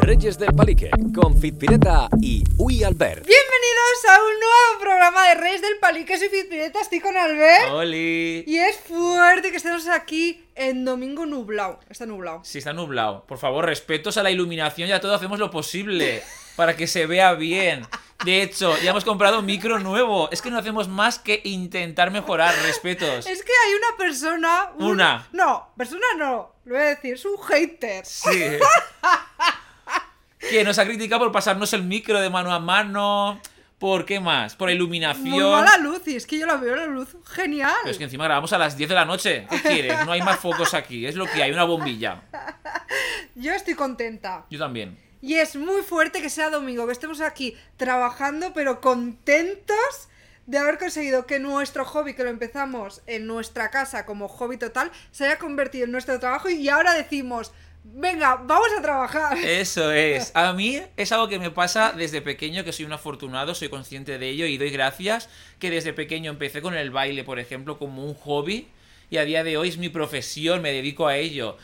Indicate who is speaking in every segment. Speaker 1: Reyes del Palique, con Fitpireta y Uy Albert.
Speaker 2: Bienvenidos a un nuevo programa de Reyes del Palique. Soy Fitpireta, estoy con Albert.
Speaker 3: ¡Oli!
Speaker 2: Y es fuerte que estemos aquí en domingo nublado. Está nublado.
Speaker 3: Si está nublado, por favor, respetos a la iluminación, ya todo hacemos lo posible para que se vea bien. De hecho, ya hemos comprado un micro nuevo. Es que no hacemos más que intentar mejorar, respetos.
Speaker 2: Es que hay una persona. un-
Speaker 3: Una.
Speaker 2: No, persona no. Lo voy a decir, es un hater.
Speaker 3: Sí. Que nos ha criticado por pasarnos el micro de mano a mano. ¿Por qué más? Por
Speaker 2: Muy
Speaker 3: iluminación.
Speaker 2: mala luz, y es que yo la veo la luz genial.
Speaker 3: Pero es que encima grabamos a las 10 de la noche. ¿Qué quieres? No hay más focos aquí. Es lo que hay, una bombilla.
Speaker 2: Yo estoy contenta.
Speaker 3: Yo también.
Speaker 2: Y es muy fuerte que sea domingo, que estemos aquí trabajando, pero contentos de haber conseguido que nuestro hobby, que lo empezamos en nuestra casa como hobby total, se haya convertido en nuestro trabajo y ahora decimos, venga, vamos a trabajar.
Speaker 3: Eso es. A mí es algo que me pasa desde pequeño, que soy un afortunado, soy consciente de ello y doy gracias que desde pequeño empecé con el baile, por ejemplo, como un hobby y a día de hoy es mi profesión, me dedico a ello.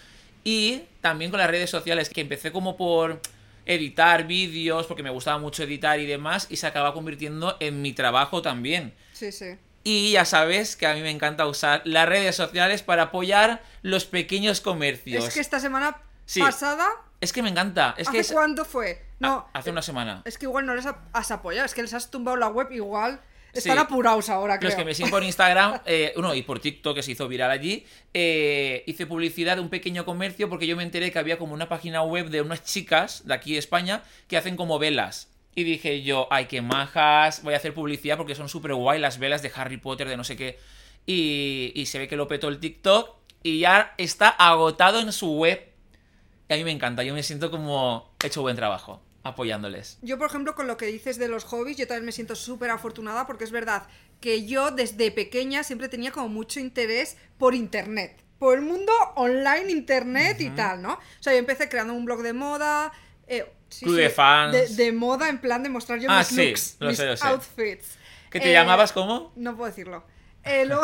Speaker 3: Y también con las redes sociales, que empecé como por editar vídeos, porque me gustaba mucho editar y demás, y se acaba convirtiendo en mi trabajo también.
Speaker 2: Sí, sí.
Speaker 3: Y ya sabes que a mí me encanta usar las redes sociales para apoyar los pequeños comercios.
Speaker 2: Es que esta semana
Speaker 3: Sí.
Speaker 2: pasada,
Speaker 3: Es que me encanta. Es
Speaker 2: ¿hace
Speaker 3: que es- Ah,
Speaker 2: cuánto fue? No, eh,
Speaker 3: hace una semana.
Speaker 2: es que igual no les ha- has apoyado, es que les has tumbado la web igual. Están
Speaker 3: Sí.
Speaker 2: apurados ahora, creo.
Speaker 3: Los que me siguen por Instagram, eh, uno, y por TikTok que se hizo viral allí, eh, hice publicidad de un pequeño comercio porque yo me enteré que había como una página web de unas chicas de aquí de España que hacen como velas. Y dije yo, ay, qué majas, voy a hacer publicidad porque son súper guay las velas de Harry Potter, de no sé qué. Y, y se ve que lo petó el TikTok y ya está agotado en su web. Y a mí me encanta, yo me siento como he hecho buen trabajo apoyándoles.
Speaker 2: Yo, por ejemplo, con lo que dices de los hobbies, yo también me siento súper afortunada porque es verdad que yo desde pequeña siempre tenía como mucho interés por internet, por el mundo online, internet y tal, ¿no? O sea, yo empecé creando un blog de moda. eh, sí,
Speaker 3: Club
Speaker 2: sí,
Speaker 3: de fans.
Speaker 2: De, de moda, en plan de mostrar yo
Speaker 3: Ah,
Speaker 2: mis
Speaker 3: sí,
Speaker 2: looks,
Speaker 3: lo
Speaker 2: mis
Speaker 3: sé, lo sé.
Speaker 2: outfits.
Speaker 3: ¿Qué te
Speaker 2: Eh,
Speaker 3: llamabas como?
Speaker 2: No puedo decirlo. Eh, luego-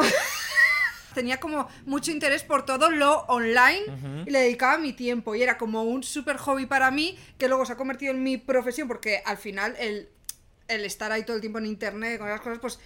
Speaker 2: Tenía como mucho interés por todo lo online y le dedicaba mi tiempo. Y era como un super hobby para mí que luego se ha convertido en mi profesión porque al final el, el estar ahí todo el tiempo en internet con las cosas, pues,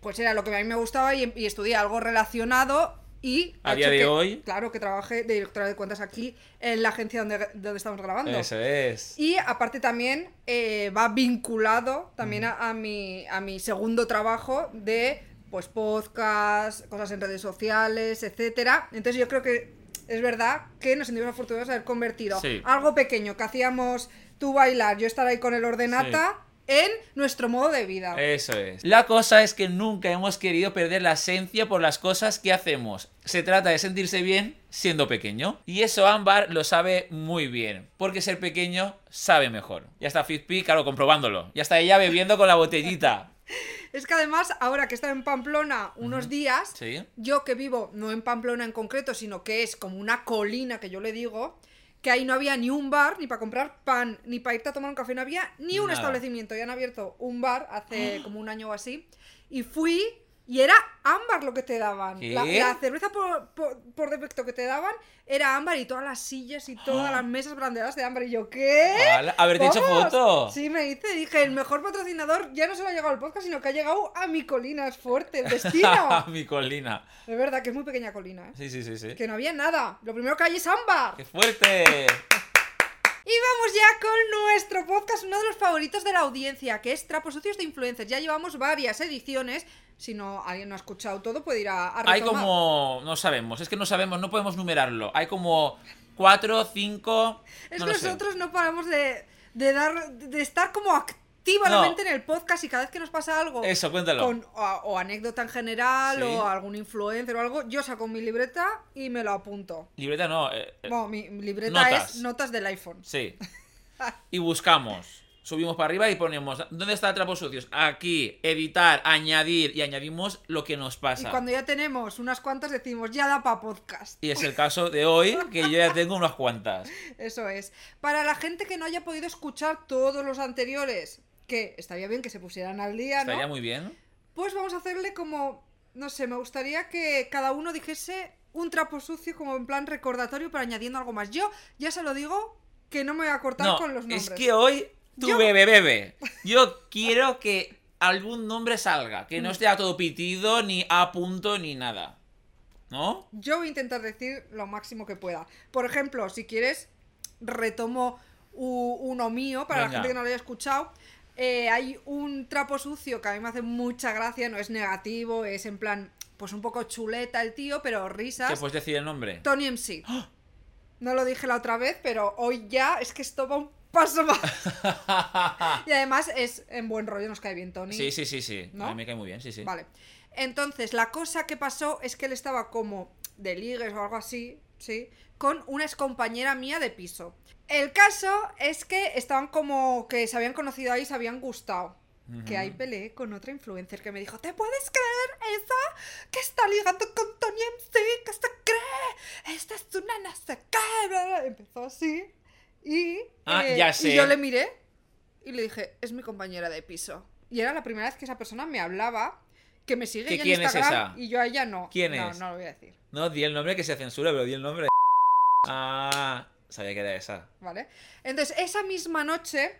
Speaker 2: pues era lo que a mí me gustaba y, y estudié algo relacionado. Y
Speaker 3: A
Speaker 2: ha
Speaker 3: día
Speaker 2: hecho
Speaker 3: de
Speaker 2: que-
Speaker 3: hoy.
Speaker 2: Claro, que trabajé de directora de cuentas aquí en la agencia donde, donde estamos grabando.
Speaker 3: Eso es.
Speaker 2: Y aparte también eh, va vinculado también a, a mi, a mi segundo trabajo de pues podcast, cosas en redes sociales, etcétera. Entonces yo creo que es verdad que nos sentimos afortunados de haber convertido
Speaker 3: Sí.
Speaker 2: algo pequeño que hacíamos tú bailar, yo estar ahí con el ordenata en nuestro modo de vida.
Speaker 3: Eso es. La cosa es que nunca hemos querido perder la esencia por las cosas que hacemos. Se trata de sentirse bien siendo pequeño. Y eso Ámbar lo sabe muy bien. Porque ser pequeño sabe mejor. Ya está Fitpi, claro, comprobándolo. Ya está ella bebiendo con la botellita.
Speaker 2: Es que además ahora que he estado en Pamplona unos días,
Speaker 3: Sí.
Speaker 2: Yo que vivo, no en Pamplona en concreto, sino que es como una colina que yo le digo, que ahí no había ni un bar, ni para comprar pan, ni para irte a tomar un café, no había ni un
Speaker 3: Nada. ¡Ah!
Speaker 2: establecimiento. Ya han abierto un bar hace como un año o así. Y fui y era ámbar lo que te daban.
Speaker 3: ¿Qué?
Speaker 2: La, la cerveza por, por- por defecto que te daban era ámbar y todas las sillas y todas las mesas brandeadas de ámbar. Y yo, ¿qué?
Speaker 3: ¡Ah! Ala, Haberte hecho
Speaker 2: ¡Vamos!
Speaker 3: foto.
Speaker 2: Sí, me hice, dije, el mejor patrocinador ya no solo ha llegado al podcast, sino que ha llegado a mi colina, es fuerte, el destino.
Speaker 3: Mi colina.
Speaker 2: Es verdad que es muy pequeña colina, ¿eh?
Speaker 3: Sí, sí, sí, sí.
Speaker 2: Que no había nada. Lo primero que hay es ámbar.
Speaker 3: ¡Qué fuerte!
Speaker 2: Y vamos ya con nuestro podcast, uno de los favoritos de la audiencia, que es Trapos Sucios de Influencers. Ya llevamos varias ediciones. Si no, alguien no ha escuchado todo, puede ir a, a
Speaker 3: Hay
Speaker 2: retomar.
Speaker 3: como... No sabemos. Es que no sabemos. No podemos numerarlo. Hay como... Cuatro, cinco...
Speaker 2: Es
Speaker 3: no
Speaker 2: que
Speaker 3: lo sé.
Speaker 2: nosotros no paramos de, de dar, de estar como activamente en el podcast y cada vez que nos pasa algo...
Speaker 3: Eso, cuéntalo.
Speaker 2: con- o, a- o anécdota en general,
Speaker 3: Sí.
Speaker 2: o algún influencer o algo, yo saco mi libreta y me lo apunto.
Speaker 3: Libreta no. eh, eh,
Speaker 2: Bueno, mi mi libreta
Speaker 3: notas.
Speaker 2: es notas del iPhone.
Speaker 3: Sí. Y buscamos. Subimos para arriba y ponemos. ¿Dónde está Trapos Sucios? Aquí, editar, añadir. Y añadimos lo que nos
Speaker 2: Y
Speaker 3: pasa.
Speaker 2: cuando ya tenemos unas cuantas decimos, ya da para podcast.
Speaker 3: Y es el caso de hoy, que yo ya tengo unas cuantas.
Speaker 2: Eso es. Para la gente que no haya podido escuchar todos los anteriores, que estaría bien que se pusieran al día, ¿no?
Speaker 3: Estaría muy bien.
Speaker 2: Pues vamos a hacerle como, no sé, me gustaría que cada uno dijese un trapo sucio como en plan recordatorio, pero añadiendo algo más. Yo ya se lo digo que no me voy a cortar
Speaker 3: No,
Speaker 2: con los nombres.
Speaker 3: es que hoy tu
Speaker 2: Yo-
Speaker 3: bebé bebé. Yo quiero que algún nombre salga, que no
Speaker 2: Mm.
Speaker 3: esté a todo pitido, ni a punto, ni nada. ¿No?
Speaker 2: Yo voy a intentar decir lo máximo que pueda. Por ejemplo, si quieres, retomo u- uno mío para
Speaker 3: Venga.
Speaker 2: la gente que no lo haya escuchado. Eh, hay un trapo sucio que a mí me hace mucha gracia, no es negativo, es en plan, pues un poco chuleta el tío, pero
Speaker 3: ¿Te
Speaker 2: risas.
Speaker 3: puedes decir el nombre?
Speaker 2: Tony MC.
Speaker 3: ¡Ah!
Speaker 2: No lo dije la otra vez, pero hoy ya es que esto va un paso más. y además es en buen rollo, nos cae bien Tony.
Speaker 3: Sí, sí, sí, sí.
Speaker 2: ¿No?
Speaker 3: A mí me cae muy bien, sí, sí.
Speaker 2: Vale. Entonces, la cosa que pasó es que él estaba como de ligues o algo así, ¿sí? Con una excompañera mía de piso. El caso es que estaban como que se habían conocido ahí y se habían gustado. Que ahí peleé con otra influencer que me dijo, ¿te puedes creer esa que está ligando con Tony MC? ¿Qué se cree? Esta es una no sé qué", bla, bla". Empezó así. Y, eh,
Speaker 3: Ah, ya sé.
Speaker 2: y yo le miré y le dije, es mi compañera de piso. Y era la primera vez que esa persona me hablaba, que me sigue
Speaker 3: ¿Que
Speaker 2: ella
Speaker 3: quién
Speaker 2: en
Speaker 3: es
Speaker 2: Instagram
Speaker 3: esa?
Speaker 2: y yo a ella no.
Speaker 3: ¿Quién
Speaker 2: no,
Speaker 3: es?
Speaker 2: No, lo voy a decir,
Speaker 3: No, di el nombre que se censura, pero di el nombre. Ah, sabía que era esa.
Speaker 2: ¿vale? Entonces, esa misma noche,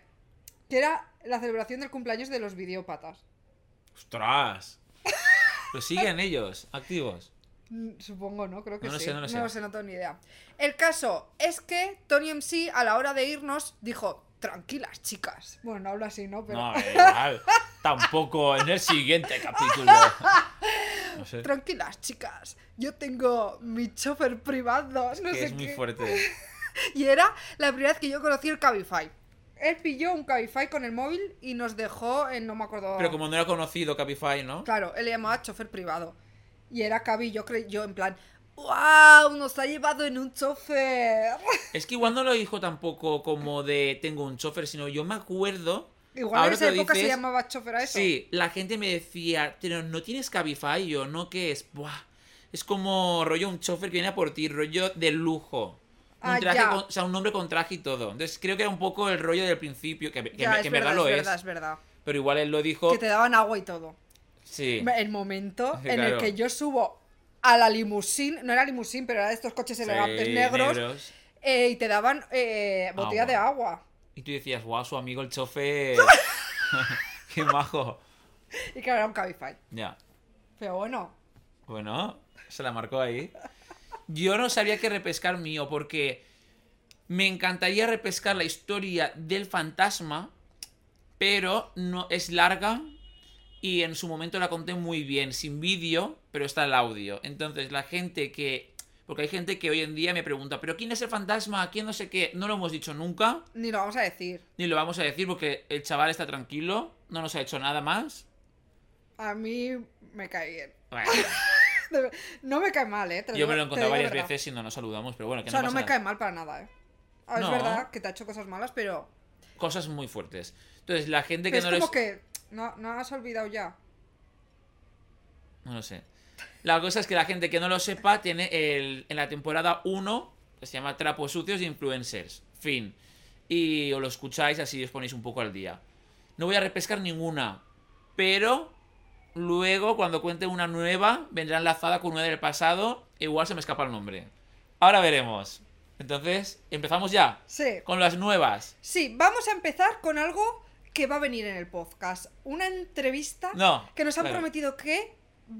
Speaker 2: que era la celebración del cumpleaños de los videópatas.
Speaker 3: ¡Ostras! Pero siguen ellos, activos.
Speaker 2: Mm, Supongo, ¿no? Creo que
Speaker 3: No lo
Speaker 2: sí.
Speaker 3: sé, no lo sé.
Speaker 2: No no tengo ni idea. El caso es que Tony MC, a la hora de irnos, dijo, tranquilas, chicas. Bueno, no hablo así, ¿no? Pero...
Speaker 3: No, eh, igual. Tampoco en el siguiente capítulo. No sé.
Speaker 2: Tranquilas, chicas. Yo tengo mi chofer privado. no
Speaker 3: que
Speaker 2: sé
Speaker 3: es muy
Speaker 2: qué".
Speaker 3: fuerte.
Speaker 2: Y era la primera vez que yo conocí el Cabify. Él pilló un Cabify con el móvil y nos dejó en no me acuerdo.
Speaker 3: Pero como no era conocido Capify, ¿no?
Speaker 2: Claro, él le llamaba chofer privado. Y era Cabi, yo creí, yo en plan, ¡Wow! Nos ha llevado en un chofer.
Speaker 3: Es que igual no lo dijo tampoco como de tengo un chofer, sino yo me acuerdo.
Speaker 2: Igual en
Speaker 3: ahora
Speaker 2: esa
Speaker 3: que lo
Speaker 2: época se
Speaker 3: dices,
Speaker 2: llamaba chofer a eso.
Speaker 3: Sí, la gente me decía, pero no tienes Cabify, Y yo no, que es, Buah, es como rollo un chofer que viene a por ti, rollo de lujo. Un
Speaker 2: Ah,
Speaker 3: traje
Speaker 2: ya.
Speaker 3: con- o sea, un hombre con traje y todo. Entonces creo que era un poco el rollo del principio, que, que,
Speaker 2: Ya,
Speaker 3: me-
Speaker 2: es
Speaker 3: que en
Speaker 2: verdad,
Speaker 3: verdad, lo
Speaker 2: es
Speaker 3: es.
Speaker 2: verdad, es verdad.
Speaker 3: Pero igual él lo dijo.
Speaker 2: Que te daban agua y todo.
Speaker 3: Sí.
Speaker 2: El momento
Speaker 3: Sí,
Speaker 2: en
Speaker 3: claro.
Speaker 2: el que yo subo a la limusín, no era limusín, pero era de estos coches
Speaker 3: Sí,
Speaker 2: elegantes negros, eh, y te daban eh, botella
Speaker 3: Agua.
Speaker 2: de agua.
Speaker 3: Y tú decías, wow, su amigo el chofer. Qué majo.
Speaker 2: Y claro, era un Cabify.
Speaker 3: Ya.
Speaker 2: Pero bueno,
Speaker 3: Bueno, se la marcó ahí. Yo no sabía qué repescar mío porque me encantaría repescar la historia del fantasma, pero no es larga y en su momento la conté muy bien, sin vídeo, pero está el audio. Entonces la gente que... Porque hay gente que hoy en día me pregunta, pero ¿quién es el fantasma? ¿Quién no sé qué? No lo hemos dicho nunca,
Speaker 2: ni lo vamos a decir.
Speaker 3: ni lo vamos a decir porque el chaval está tranquilo, no nos ha hecho nada más.
Speaker 2: A mí me cae bien.
Speaker 3: Bueno,
Speaker 2: De ver- No me cae mal, ¿eh? Te
Speaker 3: yo
Speaker 2: digo-
Speaker 3: me lo he
Speaker 2: te
Speaker 3: encontrado
Speaker 2: digo
Speaker 3: varias
Speaker 2: verdad.
Speaker 3: veces y no nos saludamos, pero bueno, que
Speaker 2: O sea,
Speaker 3: no
Speaker 2: no,
Speaker 3: pasa
Speaker 2: me
Speaker 3: nada.
Speaker 2: cae mal para nada, ¿eh? Ah,
Speaker 3: No.
Speaker 2: Es verdad que te ha hecho cosas malas, pero,
Speaker 3: cosas muy fuertes. Entonces, la
Speaker 2: pero
Speaker 3: gente que
Speaker 2: es
Speaker 3: no
Speaker 2: como
Speaker 3: les...
Speaker 2: que no, no has olvidado ya.
Speaker 3: No lo sé. La cosa es que la gente que no lo sepa tiene el, en la temporada 1, que se llama Trapos Sucios e Influencers. Fin. Y os lo escucháis así os ponéis un poco al día. No voy a repescar ninguna, pero luego cuando cuente una nueva vendrá enlazada con una del pasado. e Igual se me escapa el nombre. Ahora veremos. Entonces, empezamos ya
Speaker 2: Sí.
Speaker 3: con las nuevas.
Speaker 2: Sí, vamos a empezar con algo que va a venir en el podcast. Una entrevista
Speaker 3: No,
Speaker 2: que nos han
Speaker 3: claro.
Speaker 2: prometido que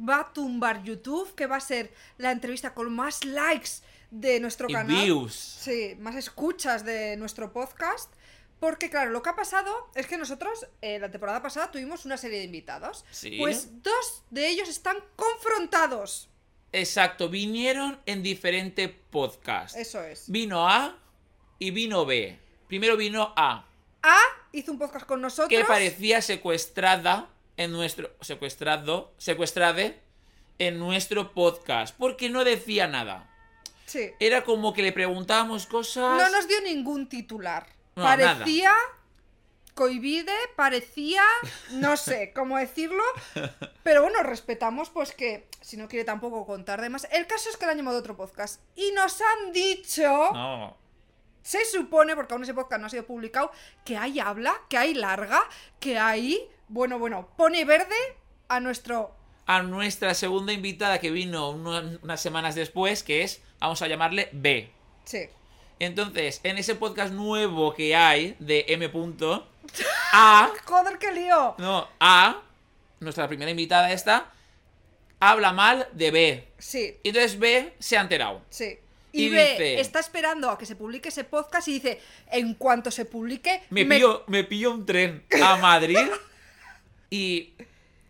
Speaker 2: va a tumbar YouTube, que va a ser la entrevista con más likes de nuestro
Speaker 3: Y
Speaker 2: canal.
Speaker 3: views.
Speaker 2: Sí, más escuchas de nuestro podcast. Porque, claro, lo que ha pasado es que nosotros eh, la temporada pasada tuvimos una serie de invitados.
Speaker 3: Sí.
Speaker 2: Pues dos de ellos están confrontados.
Speaker 3: Exacto, vinieron en diferente podcast.
Speaker 2: Eso es.
Speaker 3: Vino A y vino B. Primero vino A,
Speaker 2: A hizo un podcast con nosotros.
Speaker 3: que parecía secuestrada en nuestro. Secuestrado. Secuestrade en nuestro podcast. Porque no decía nada.
Speaker 2: Sí.
Speaker 3: Era como que le preguntábamos cosas.
Speaker 2: No nos dio ningún titular.
Speaker 3: No,
Speaker 2: parecía coivide, parecía, no sé cómo decirlo, pero bueno, respetamos pues que si no quiere tampoco contar de más. El caso es que le han llamado de otro podcast y nos han dicho,
Speaker 3: No.
Speaker 2: se supone, porque aún ese podcast no ha sido publicado, que hay habla, que hay larga, que hay, bueno, bueno, pone verde a nuestro...
Speaker 3: A nuestra segunda invitada que vino una- unas semanas después, que es, vamos a llamarle B.
Speaker 2: Sí.
Speaker 3: Entonces, en ese podcast nuevo que hay de M. punto, A.
Speaker 2: ¡Ah, Joder, qué lío.
Speaker 3: No, A. Nuestra primera invitada esta. Habla mal de B.
Speaker 2: Sí,
Speaker 3: Y entonces B se ha enterado.
Speaker 2: sí. Y,
Speaker 3: Y
Speaker 2: ve,
Speaker 3: dice-
Speaker 2: está esperando a que se publique ese podcast y dice, en cuanto se publique,
Speaker 3: Me, pillo, me pillo un tren a Madrid. Y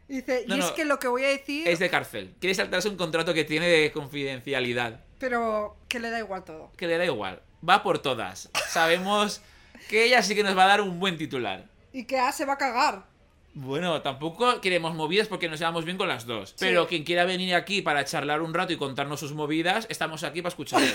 Speaker 2: dice,
Speaker 3: No,
Speaker 2: y es
Speaker 3: no.
Speaker 2: que lo que voy a decir,
Speaker 3: es de cárcel. Quiere saltarse un contrato que tiene de confidencialidad.
Speaker 2: pero que le da igual todo.
Speaker 3: Que le da igual. Va por todas. Sabemos que ella sí que nos va a dar un buen titular.
Speaker 2: Y que A se va a cagar.
Speaker 3: Bueno, tampoco queremos movidas porque nos llevamos bien con las dos. Pero quien quiera venir aquí para charlar un rato y contarnos sus movidas, estamos aquí para escucharlos.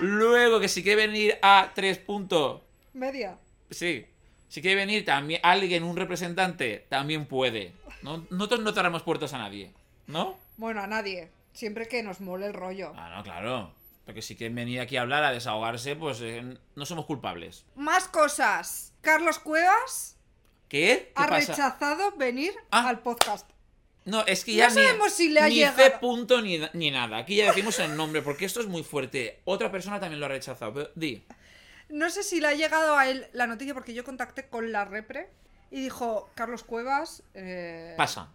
Speaker 3: Luego, que si quiere venir a 3 punto,
Speaker 2: Media.
Speaker 3: sí. Si quiere venir también alguien, un representante, también puede. No- nosotros no cerramos puertas a nadie, ¿no?
Speaker 2: Bueno, a nadie. Siempre que nos mole el rollo.
Speaker 3: Ah, no, claro. Porque si quieren venir aquí a hablar, a desahogarse, pues eh, no somos culpables.
Speaker 2: Más cosas. Carlos Cuevas
Speaker 3: ¿Qué? ¿Qué
Speaker 2: ha
Speaker 3: pasa?
Speaker 2: rechazado venir
Speaker 3: Ah.
Speaker 2: al podcast.
Speaker 3: No, es que
Speaker 2: No
Speaker 3: ya
Speaker 2: sabemos
Speaker 3: ni,
Speaker 2: si le ha
Speaker 3: ni
Speaker 2: llegado.
Speaker 3: C punto ni, ni nada. Aquí ya decimos el nombre, porque esto es muy fuerte. Otra persona también lo ha rechazado. pero di.
Speaker 2: No sé si le ha llegado a él la noticia porque yo contacté con la repre y dijo, Carlos Cuevas... eh,
Speaker 3: Pasa.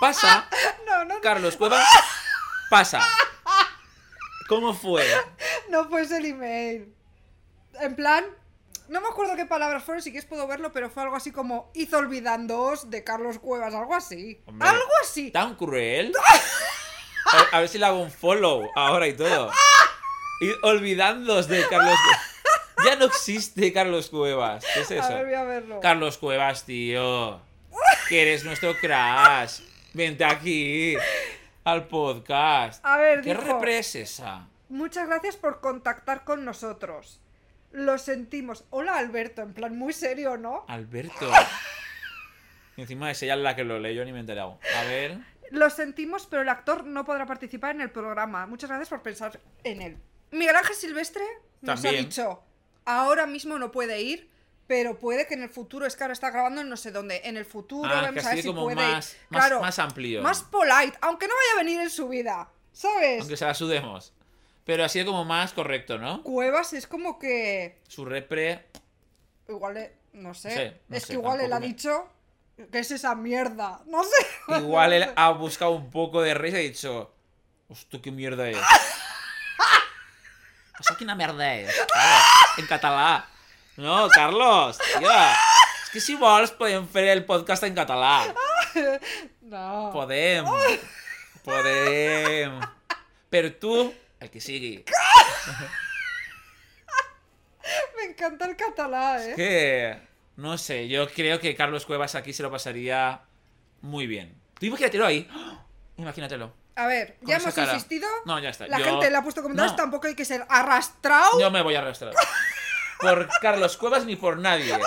Speaker 3: Pasa.
Speaker 2: No, no,
Speaker 3: Carlos Cueva. Pasa. ¿Cómo fue?
Speaker 2: no fue el email. En plan, no me acuerdo qué palabras fueron, si quieres puedo verlo, pero fue algo así como hizo olvidándoos de Carlos Cuevas, algo así.
Speaker 3: Hombre.
Speaker 2: Algo así.
Speaker 3: ¿Tan cruel? A, a ver si le hago un follow ahora y todo. Y olvidándoos de Carlos Cuevas. Ya no existe Carlos Cuevas. ¿Qué es eso?
Speaker 2: A ver, voy a verlo.
Speaker 3: Carlos Cuevas, tío. Que eres nuestro crash. Vente aquí. Al podcast.
Speaker 2: A ver,
Speaker 3: ¿Qué
Speaker 2: dijo-
Speaker 3: repre es esa?
Speaker 2: Muchas gracias por contactar con nosotros. Lo sentimos. Hola Alberto, en plan muy serio, ¿no?
Speaker 3: Alberto. Y encima es ella la que lo leyó, ni me he enterado. A ver.
Speaker 2: Lo sentimos, pero el actor no podrá participar en el programa. Muchas gracias por pensar en él. Miguel Ángel Silvestre nos ha
Speaker 3: También.
Speaker 2: dicho, ahora mismo no puede ir, pero puede que en el futuro, es que ahora está grabando en no sé dónde, en el futuro,
Speaker 3: Ah, que
Speaker 2: vamos a ver
Speaker 3: así
Speaker 2: si
Speaker 3: como
Speaker 2: puede
Speaker 3: más-
Speaker 2: ir.
Speaker 3: más- más amplio.
Speaker 2: Más polite, aunque no vaya a venir en su vida, ¿sabes?
Speaker 3: Aunque se la sudemos. Pero ha sido como más correcto, ¿no?
Speaker 2: Cuevas es como que,
Speaker 3: Su repre.
Speaker 2: igual, le- no sé,
Speaker 3: No sé, no
Speaker 2: es
Speaker 3: sé,
Speaker 2: que igual él ha
Speaker 3: tampoco me-
Speaker 2: dicho que es esa mierda, no sé.
Speaker 3: Igual él ha buscado un poco de risa y ha dicho. Hostia, qué mierda es. O sea, qué una mierda es. Claro, en catalán. No, Carlos, tío. Es que si vols podem fer el podcast en català.
Speaker 2: No.
Speaker 3: Podem. Podem. Per tu, el que sigui.
Speaker 2: Me encanta el catalán, ¿eh?
Speaker 3: Que... No sé, yo creo que Carlos Cuevas aquí se lo pasaría muy bien. Tú imagínatelo ahí. ¡Ah! Imagínatelo.
Speaker 2: A ver,
Speaker 3: Con
Speaker 2: ya
Speaker 3: esa
Speaker 2: hemos
Speaker 3: cara.
Speaker 2: insistido.
Speaker 3: No, ya está.
Speaker 2: La
Speaker 3: Yo-
Speaker 2: gente le ha puesto comentarios,
Speaker 3: No.
Speaker 2: tampoco hay que ser arrastrado.
Speaker 3: Yo me voy a arrastrar. Por Carlos Cuevas ni por nadie.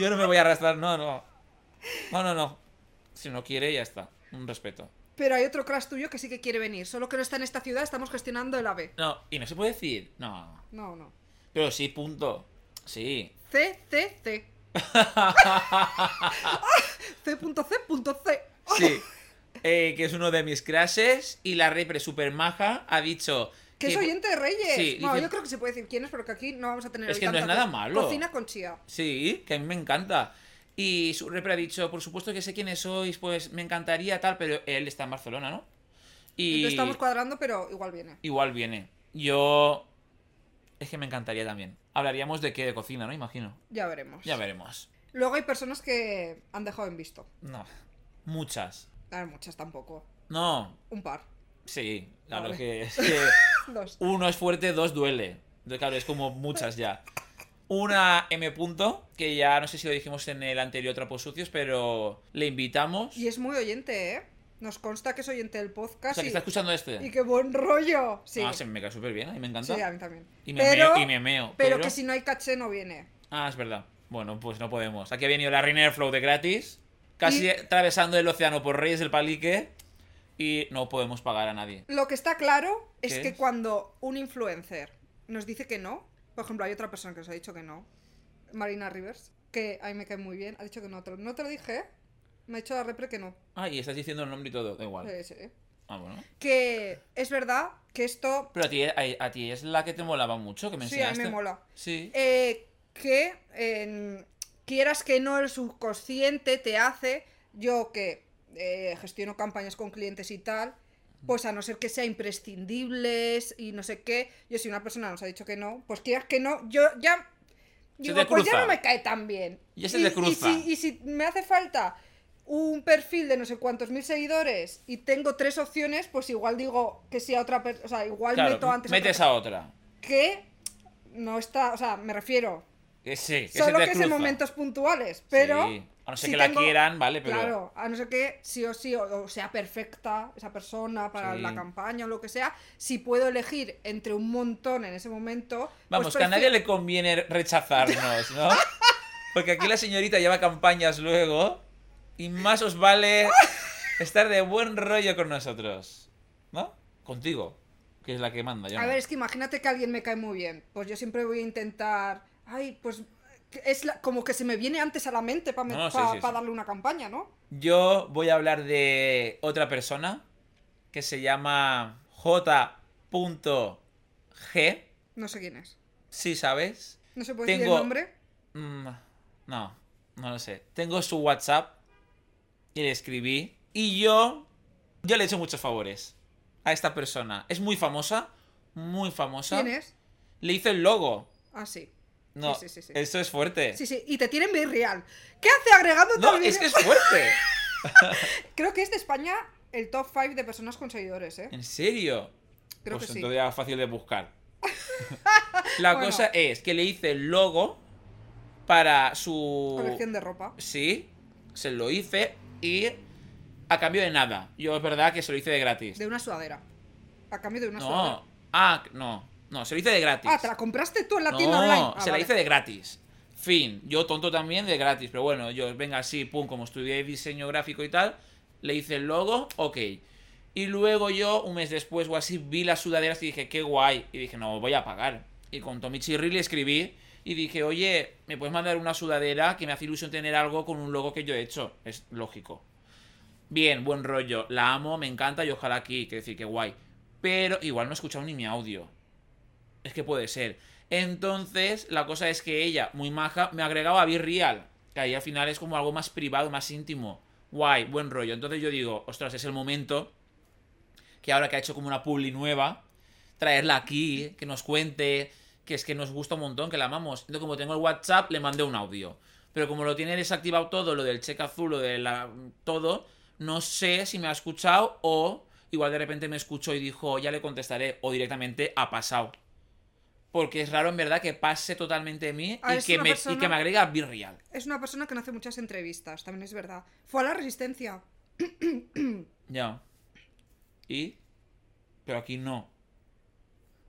Speaker 3: Yo no me voy a arrastrar, no, no. No, no, no. Si no quiere, ya está. Un respeto.
Speaker 2: Pero hay otro crash tuyo que sí que quiere venir, solo que no está en esta ciudad, estamos gestionando el AVE.
Speaker 3: No, y no se puede decir. No.
Speaker 2: No, no.
Speaker 3: Pero sí, punto. Sí.
Speaker 2: C, C, C. C.C.C. C.
Speaker 3: Sí. Eh, que es uno de mis crashes. Y la repre super maja ha dicho.
Speaker 2: Que es oyente de Reyes.
Speaker 3: Sí,
Speaker 2: bueno,
Speaker 3: dice-
Speaker 2: yo creo que se puede decir quién es, porque aquí no vamos a tener
Speaker 3: Es
Speaker 2: hoy
Speaker 3: que no es
Speaker 2: tanta
Speaker 3: nada
Speaker 2: co-
Speaker 3: malo.
Speaker 2: Cocina con chía.
Speaker 3: Sí, que a mí me encanta. Y su repre ha dicho, por supuesto que sé quiénes sois, pues me encantaría tal, pero él está en Barcelona, ¿no? Y
Speaker 2: Entonces estamos cuadrando, pero igual viene.
Speaker 3: igual viene. Yo... Es que me encantaría también. Hablaríamos de qué, de cocina, ¿no? Imagino.
Speaker 2: Ya veremos.
Speaker 3: Ya veremos.
Speaker 2: Luego hay personas que han dejado en visto.
Speaker 3: No. Muchas.
Speaker 2: A ver, muchas tampoco.
Speaker 3: No.
Speaker 2: Un par.
Speaker 3: Sí, claro
Speaker 2: Vale.
Speaker 3: que, es que
Speaker 2: Dos.
Speaker 3: uno es fuerte, dos duele. De- Claro, es como muchas ya. Una M. Punto, que ya no sé si lo dijimos en el anterior Trapos Sucios, pero le invitamos.
Speaker 2: Y es muy oyente, ¿eh? Nos consta que es oyente del
Speaker 3: O
Speaker 2: podcast.
Speaker 3: sea,
Speaker 2: y-
Speaker 3: que está escuchando este.
Speaker 2: Y qué buen rollo. Sí,
Speaker 3: Ah, se me cae súper bien, a mí me encanta.
Speaker 2: sí a mí también.
Speaker 3: Y me
Speaker 2: pero,
Speaker 3: meo- y me meo,
Speaker 2: pero
Speaker 3: pero-
Speaker 2: que si no hay caché no viene.
Speaker 3: Ah, es verdad. Bueno, pues no podemos. Aquí ha venido la Reiner Flow de gratis, casi
Speaker 2: Y-
Speaker 3: atravesando el océano por Reyes del Palique, y no podemos pagar a nadie.
Speaker 2: Lo que está claro es
Speaker 3: ¿Qué
Speaker 2: que
Speaker 3: es?
Speaker 2: cuando un influencer nos dice que no, por ejemplo, hay otra persona que nos ha dicho que no, Marina Rivers, que a mí me cae muy bien, ha dicho que no. te lo- No te lo dije, ¿eh? me ha dicho la repre que no.
Speaker 3: Ah, y estás diciendo el nombre y todo, da igual.
Speaker 2: Eh, sí, eh.
Speaker 3: Ah, bueno.
Speaker 2: Que es verdad que esto
Speaker 3: Pero a ti, a, a ti es la que te molaba mucho, que me
Speaker 2: Sí, a
Speaker 3: enseñaste.
Speaker 2: mí me mola.
Speaker 3: Sí.
Speaker 2: eh, que en- quieras que no, el subconsciente te hace, yo que eh, gestiono campañas con clientes y tal, pues a no ser que sea imprescindibles y no sé qué, yo si una persona nos ha dicho que no, pues quieras que no, yo ya... Digo,
Speaker 3: te
Speaker 2: pues ya
Speaker 3: cruza.
Speaker 2: no me cae tan bien.
Speaker 3: Ya se te cruza.
Speaker 2: si, y si me hace falta un perfil de no sé cuántos mil seguidores y tengo tres opciones, pues igual digo que sí a otra persona, o sea, igual
Speaker 3: Claro,
Speaker 2: meto antes otra
Speaker 3: metes a otra.
Speaker 2: que no está, o sea, me refiero,
Speaker 3: Que sí, que
Speaker 2: solo
Speaker 3: se te
Speaker 2: que es en
Speaker 3: cruza.
Speaker 2: momentos puntuales, pero...
Speaker 3: Sí, a no ser
Speaker 2: si
Speaker 3: que la quieran, vale, pero-
Speaker 2: Claro, a no ser que sí o sí, o, o sea perfecta esa persona para
Speaker 3: Sí.
Speaker 2: la campaña o lo que sea, si puedo elegir entre un montón en ese momento...
Speaker 3: Vamos,
Speaker 2: pues
Speaker 3: que a nadie
Speaker 2: prefiero-
Speaker 3: le conviene rechazarnos, ¿no? Porque aquí la señorita lleva campañas luego y más os vale estar de buen rollo con nosotros, ¿no? Contigo, que es la que manda. Yo
Speaker 2: A
Speaker 3: no.
Speaker 2: ver, es que imagínate que alguien me cae muy bien, pues yo siempre voy a intentar... Ay, pues es la- como que se me viene antes a la mente para
Speaker 3: No, sí, sí, sí.
Speaker 2: darle una campaña, ¿no?
Speaker 3: Yo voy a hablar de otra persona que se llama J.G.
Speaker 2: No sé quién es.
Speaker 3: Sí, ¿sabes?
Speaker 2: No se puede decir
Speaker 3: Tengo-
Speaker 2: el nombre.
Speaker 3: Mm, no, no lo sé. Tengo su WhatsApp y le escribí. Y yo, yo le he hecho muchos favores a esta persona. Es muy famosa, muy famosa.
Speaker 2: ¿Quién es?
Speaker 3: Le hice el logo.
Speaker 2: Ah, sí.
Speaker 3: No,
Speaker 2: Sí, sí, sí, sí.
Speaker 3: esto es fuerte.
Speaker 2: Sí, sí, y te tienen virreal. ¿Qué hace agregándote
Speaker 3: No,
Speaker 2: al
Speaker 3: es
Speaker 2: vídeo?
Speaker 3: que es fuerte.
Speaker 2: Creo que es de España el top 5 de personas con seguidores, ¿eh?
Speaker 3: ¿En serio?
Speaker 2: Creo
Speaker 3: pues
Speaker 2: que sí.
Speaker 3: entonces era fácil de buscar. La
Speaker 2: Bueno.
Speaker 3: cosa es que le hice el logo para su...
Speaker 2: Colección de ropa.
Speaker 3: Uh. Sí, se lo hice y a cambio de nada. Yo es verdad que se lo hice de gratis.
Speaker 2: De una sudadera. A cambio de una
Speaker 3: No,
Speaker 2: sudadera.
Speaker 3: ah, no, no, se lo hice de gratis.
Speaker 2: Ah, ¿te la compraste tú en la
Speaker 3: no,
Speaker 2: tienda online? Ah,
Speaker 3: se la
Speaker 2: vale.
Speaker 3: hice de gratis. Fin, yo tonto también de gratis, pero bueno, yo venga así, pum, como estudié diseño gráfico y tal, le hice el logo, ok. Y luego yo, un mes después o así, vi las sudaderas y dije, qué guay. Y dije, no, voy a pagar. Y con Tommy Chirri le escribí y dije, oye, ¿me puedes mandar una sudadera que me hace ilusión tener algo con un logo que yo he hecho? Es lógico. Bien, buen rollo. La amo, me encanta y ojalá aquí, que decir que guay. Pero igual no he escuchado ni mi audio. Es que puede ser. Entonces, la cosa es que ella, muy maja, me agregaba a Be Real. Que ahí al final es como algo más privado, más íntimo. Guay, buen rollo. Entonces yo digo, ostras, es el momento que ahora que ha hecho como una publi nueva, traerla aquí, que nos cuente, que es que nos gusta un montón, que la amamos. Entonces, como tengo el WhatsApp, le mandé un audio. Pero como lo tiene desactivado todo, lo del check azul, lo de la, todo, no sé si me ha escuchado o igual de repente me escuchó y dijo, ya le contestaré, o directamente ha pasado. Porque es raro en verdad que pase totalmente de mí
Speaker 2: Ah,
Speaker 3: y
Speaker 2: es
Speaker 3: que,
Speaker 2: una
Speaker 3: me, y
Speaker 2: persona-
Speaker 3: que me agrega Virreal.
Speaker 2: Es una persona que no hace muchas entrevistas, también es verdad. Fue a la Resistencia.
Speaker 3: Ya. ¿Y? Pero aquí no.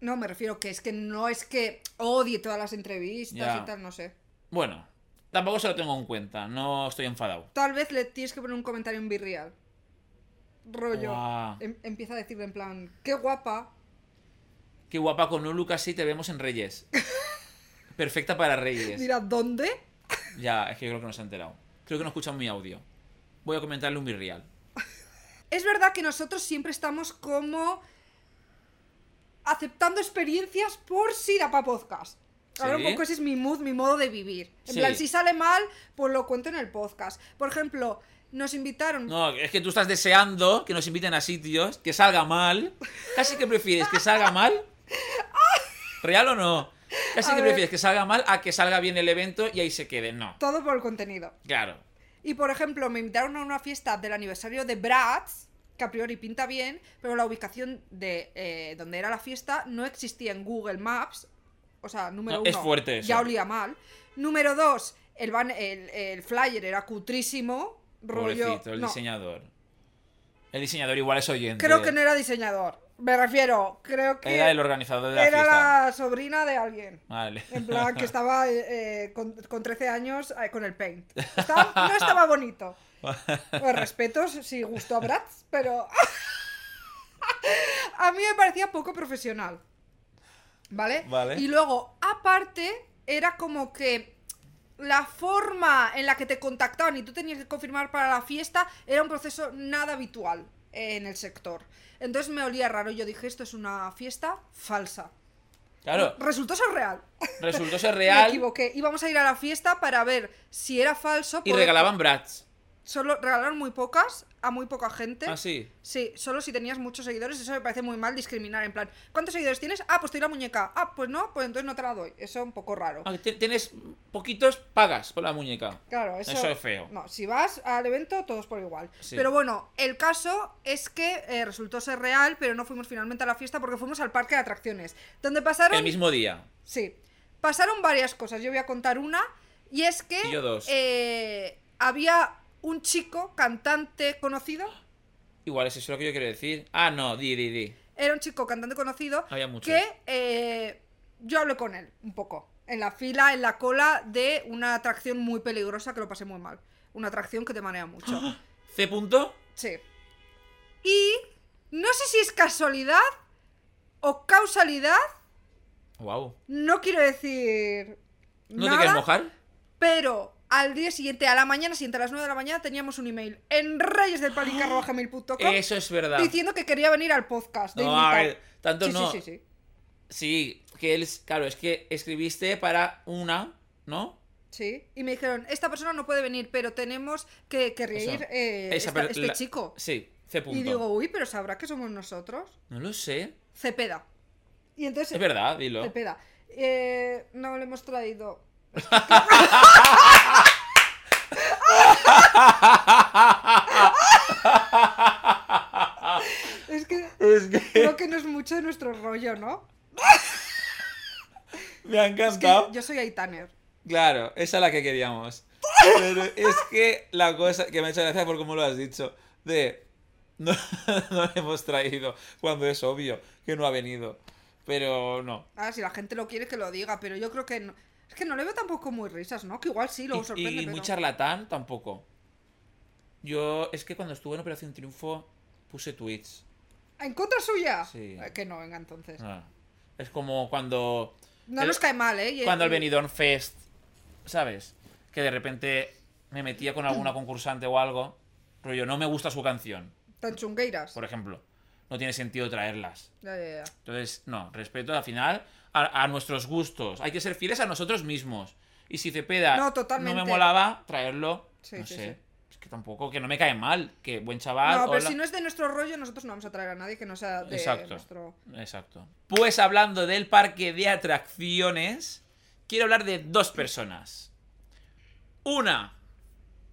Speaker 2: No, me refiero que es que no es que odie todas las entrevistas
Speaker 3: Ya.
Speaker 2: y tal, no sé.
Speaker 3: Bueno, tampoco se lo tengo en cuenta, no estoy enfadado.
Speaker 2: Tal vez le tienes que poner un comentario en virreal. Rollo.
Speaker 3: Guau.
Speaker 2: Em- empieza a decirle en plan, qué guapa.
Speaker 3: Qué guapa con un look así te vemos en Reyes. Perfecta para Reyes.
Speaker 2: Dirá, ¿dónde?
Speaker 3: Ya, es que yo creo que no se ha enterado. Creo que no escucha mi audio. Voy a comentarle un virreal.
Speaker 2: Es verdad que nosotros siempre estamos como aceptando experiencias por si da para podcast. Ahora
Speaker 3: Sí.
Speaker 2: un poco ese es mi mood, mi modo de vivir. En
Speaker 3: Sí.
Speaker 2: plan, si sale mal, pues lo cuento en el podcast. Por ejemplo, nos invitaron.
Speaker 3: No, es que tú estás deseando que nos inviten a sitios, que salga mal. Casi que prefieres que salga mal. ¿Real o no? Casi
Speaker 2: A
Speaker 3: que
Speaker 2: ver.
Speaker 3: prefieres que salga mal a que salga bien el evento y ahí se quede. No.
Speaker 2: Todo por el contenido.
Speaker 3: Claro.
Speaker 2: Y por ejemplo, me invitaron a una fiesta del aniversario de Bratz, que a priori pinta bien, pero la ubicación de eh, donde era la fiesta no existía en Google Maps. O sea, número
Speaker 3: No,
Speaker 2: uno.
Speaker 3: Ah, es fuerte eso.
Speaker 2: Ya olía mal. Número dos, el, ban- el, el flyer era cutrísimo. Rollo.
Speaker 3: Pobrecito, el
Speaker 2: no,
Speaker 3: diseñador. El diseñador igual es oyente.
Speaker 2: creo que no era diseñador. Me refiero, creo que
Speaker 3: Era el organizador de la
Speaker 2: era
Speaker 3: fiesta.
Speaker 2: la sobrina de alguien.
Speaker 3: Vale.
Speaker 2: En plan, que estaba eh, eh, con, con 13 años eh, con el paint. Estaba- no estaba bonito. Pues respetos si gustó a Bratz, pero. a mí me parecía poco profesional. ¿Vale?
Speaker 3: Vale.
Speaker 2: Y luego, aparte, era como que la forma en la que te contactaban y tú tenías que confirmar para la fiesta era un proceso nada habitual. en el sector. Entonces me olía raro. Yo dije, esto es una fiesta falsa.
Speaker 3: Claro,
Speaker 2: Resultó ser real.
Speaker 3: resultó ser
Speaker 2: Me
Speaker 3: real
Speaker 2: equivoqué. Íbamos a ir a la fiesta para ver si era falso.
Speaker 3: y
Speaker 2: por-
Speaker 3: regalaban brats.
Speaker 2: Solo regalaron muy pocas, a muy poca gente.
Speaker 3: Ah, sí.
Speaker 2: Sí, solo si tenías muchos seguidores, eso me parece muy mal discriminar. En plan, ¿cuántos seguidores tienes? Ah, pues te doy la muñeca. Ah, pues no, pues entonces no te la doy. Eso es un poco raro.
Speaker 3: Ah, te- Tienes poquitos, pagas por la muñeca.
Speaker 2: Claro, eso,
Speaker 3: Eso es feo.
Speaker 2: No, si vas al evento, todos por igual.
Speaker 3: Sí.
Speaker 2: Pero bueno, el caso es que eh, resultó ser real, pero no fuimos finalmente a la fiesta porque fuimos al parque de atracciones. Donde pasaron.
Speaker 3: El mismo día.
Speaker 2: Sí. Pasaron varias cosas. Yo voy a contar una. Y es que.
Speaker 3: Y yo dos.
Speaker 2: eh, había un chico, cantante conocido.
Speaker 3: Igual es eso lo que yo quiero decir. Ah, no, di, di, di.
Speaker 2: Era un chico cantante conocido.
Speaker 3: Había muchos.
Speaker 2: Que eh, yo hablé con él un poco. En la fila, en la cola de una atracción muy peligrosa que lo pasé muy mal. Una atracción que te marea mucho.
Speaker 3: C punto.
Speaker 2: Sí. Y no sé si es casualidad o causalidad.
Speaker 3: Wow.
Speaker 2: No quiero decir.
Speaker 3: ¿No
Speaker 2: nada,
Speaker 3: te quieres mojar?
Speaker 2: Pero al día siguiente, a la mañana siguiente, a las 9 de la mañana, teníamos un email en reyesdelpalicarro.com
Speaker 3: Eso es verdad.
Speaker 2: diciendo que quería venir al podcast. De
Speaker 3: No, a
Speaker 2: invitado.
Speaker 3: ver, tanto
Speaker 2: sí,
Speaker 3: no.
Speaker 2: Sí, sí, sí.
Speaker 3: Sí, que él, es- claro, es que escribiste para una, ¿no?
Speaker 2: Sí. Y me dijeron, esta persona no puede venir, pero tenemos que, que
Speaker 3: Eso.
Speaker 2: reír eh,
Speaker 3: Esa
Speaker 2: esta-
Speaker 3: per-
Speaker 2: este
Speaker 3: la-
Speaker 2: chico.
Speaker 3: Sí, C punto.
Speaker 2: Y digo, uy, pero sabrá que somos nosotros.
Speaker 3: no lo sé.
Speaker 2: Cepeda. Y entonces
Speaker 3: Es verdad, dilo.
Speaker 2: Cepeda. Eh, no lo hemos traído. es que
Speaker 3: Es que
Speaker 2: creo que no es mucho de nuestro rollo, ¿no?
Speaker 3: me ha
Speaker 2: Es que
Speaker 3: encantado.
Speaker 2: yo soy Aitaner.
Speaker 3: Claro, esa es la que queríamos. Pero es que la cosa que me ha hecho gracia por cómo lo has dicho, de no, no lo hemos traído, cuando es obvio que no ha venido. Pero no.
Speaker 2: Ahora, si la gente lo quiere que lo diga, pero yo creo que no. Es que no le veo tampoco muy risas, ¿no? Que igual sí,
Speaker 3: Y,
Speaker 2: luego
Speaker 3: y
Speaker 2: sorprende. pero-
Speaker 3: muy charlatán tampoco. Yo, es que cuando estuve en Operación Triunfo, puse tweets.
Speaker 2: ¿En contra suya?
Speaker 3: Sí.
Speaker 2: Eh, que no, venga, entonces.
Speaker 3: Ah, Es como cuando.
Speaker 2: No
Speaker 3: el-
Speaker 2: nos cae mal, ¿eh? Y-
Speaker 3: Cuando el
Speaker 2: y-
Speaker 3: Benidorm Fest, ¿sabes? Que de repente me metía con alguna concursante o algo, pero yo no me gusta su canción.
Speaker 2: Tan chungueiras.
Speaker 3: por ejemplo. No tiene sentido traerlas.
Speaker 2: Ya, ya, ya.
Speaker 3: Entonces, no, respeto al final a, a nuestros gustos. Hay que ser fieles a nosotros mismos. Y si Cepeda
Speaker 2: No, totalmente.
Speaker 3: me molaba, traerlo.
Speaker 2: Sí,
Speaker 3: no
Speaker 2: sí,
Speaker 3: sé.
Speaker 2: sí.
Speaker 3: Es que tampoco, que no me cae mal. Que buen chaval.
Speaker 2: no, pero
Speaker 3: Ah, hola.
Speaker 2: si no es de nuestro rollo, nosotros no vamos a traer a nadie que no sea de
Speaker 3: Exacto.
Speaker 2: nuestro.
Speaker 3: Exacto. Pues hablando del parque de atracciones, quiero hablar de dos personas. Una,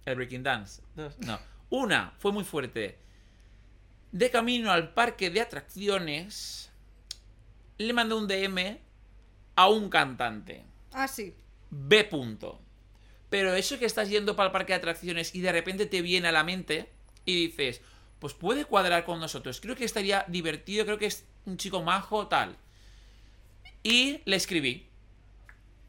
Speaker 3: el Breaking Dance. Dos, no. Una fue muy fuerte. De camino al parque de atracciones, le mandé un DM a un cantante.
Speaker 2: Ah, sí.
Speaker 3: B punto. Pero eso que estás yendo para el parque de atracciones y de repente te viene a la mente y dices, pues puede cuadrar con nosotros, creo que estaría divertido, creo que es un chico majo, tal. Y le escribí.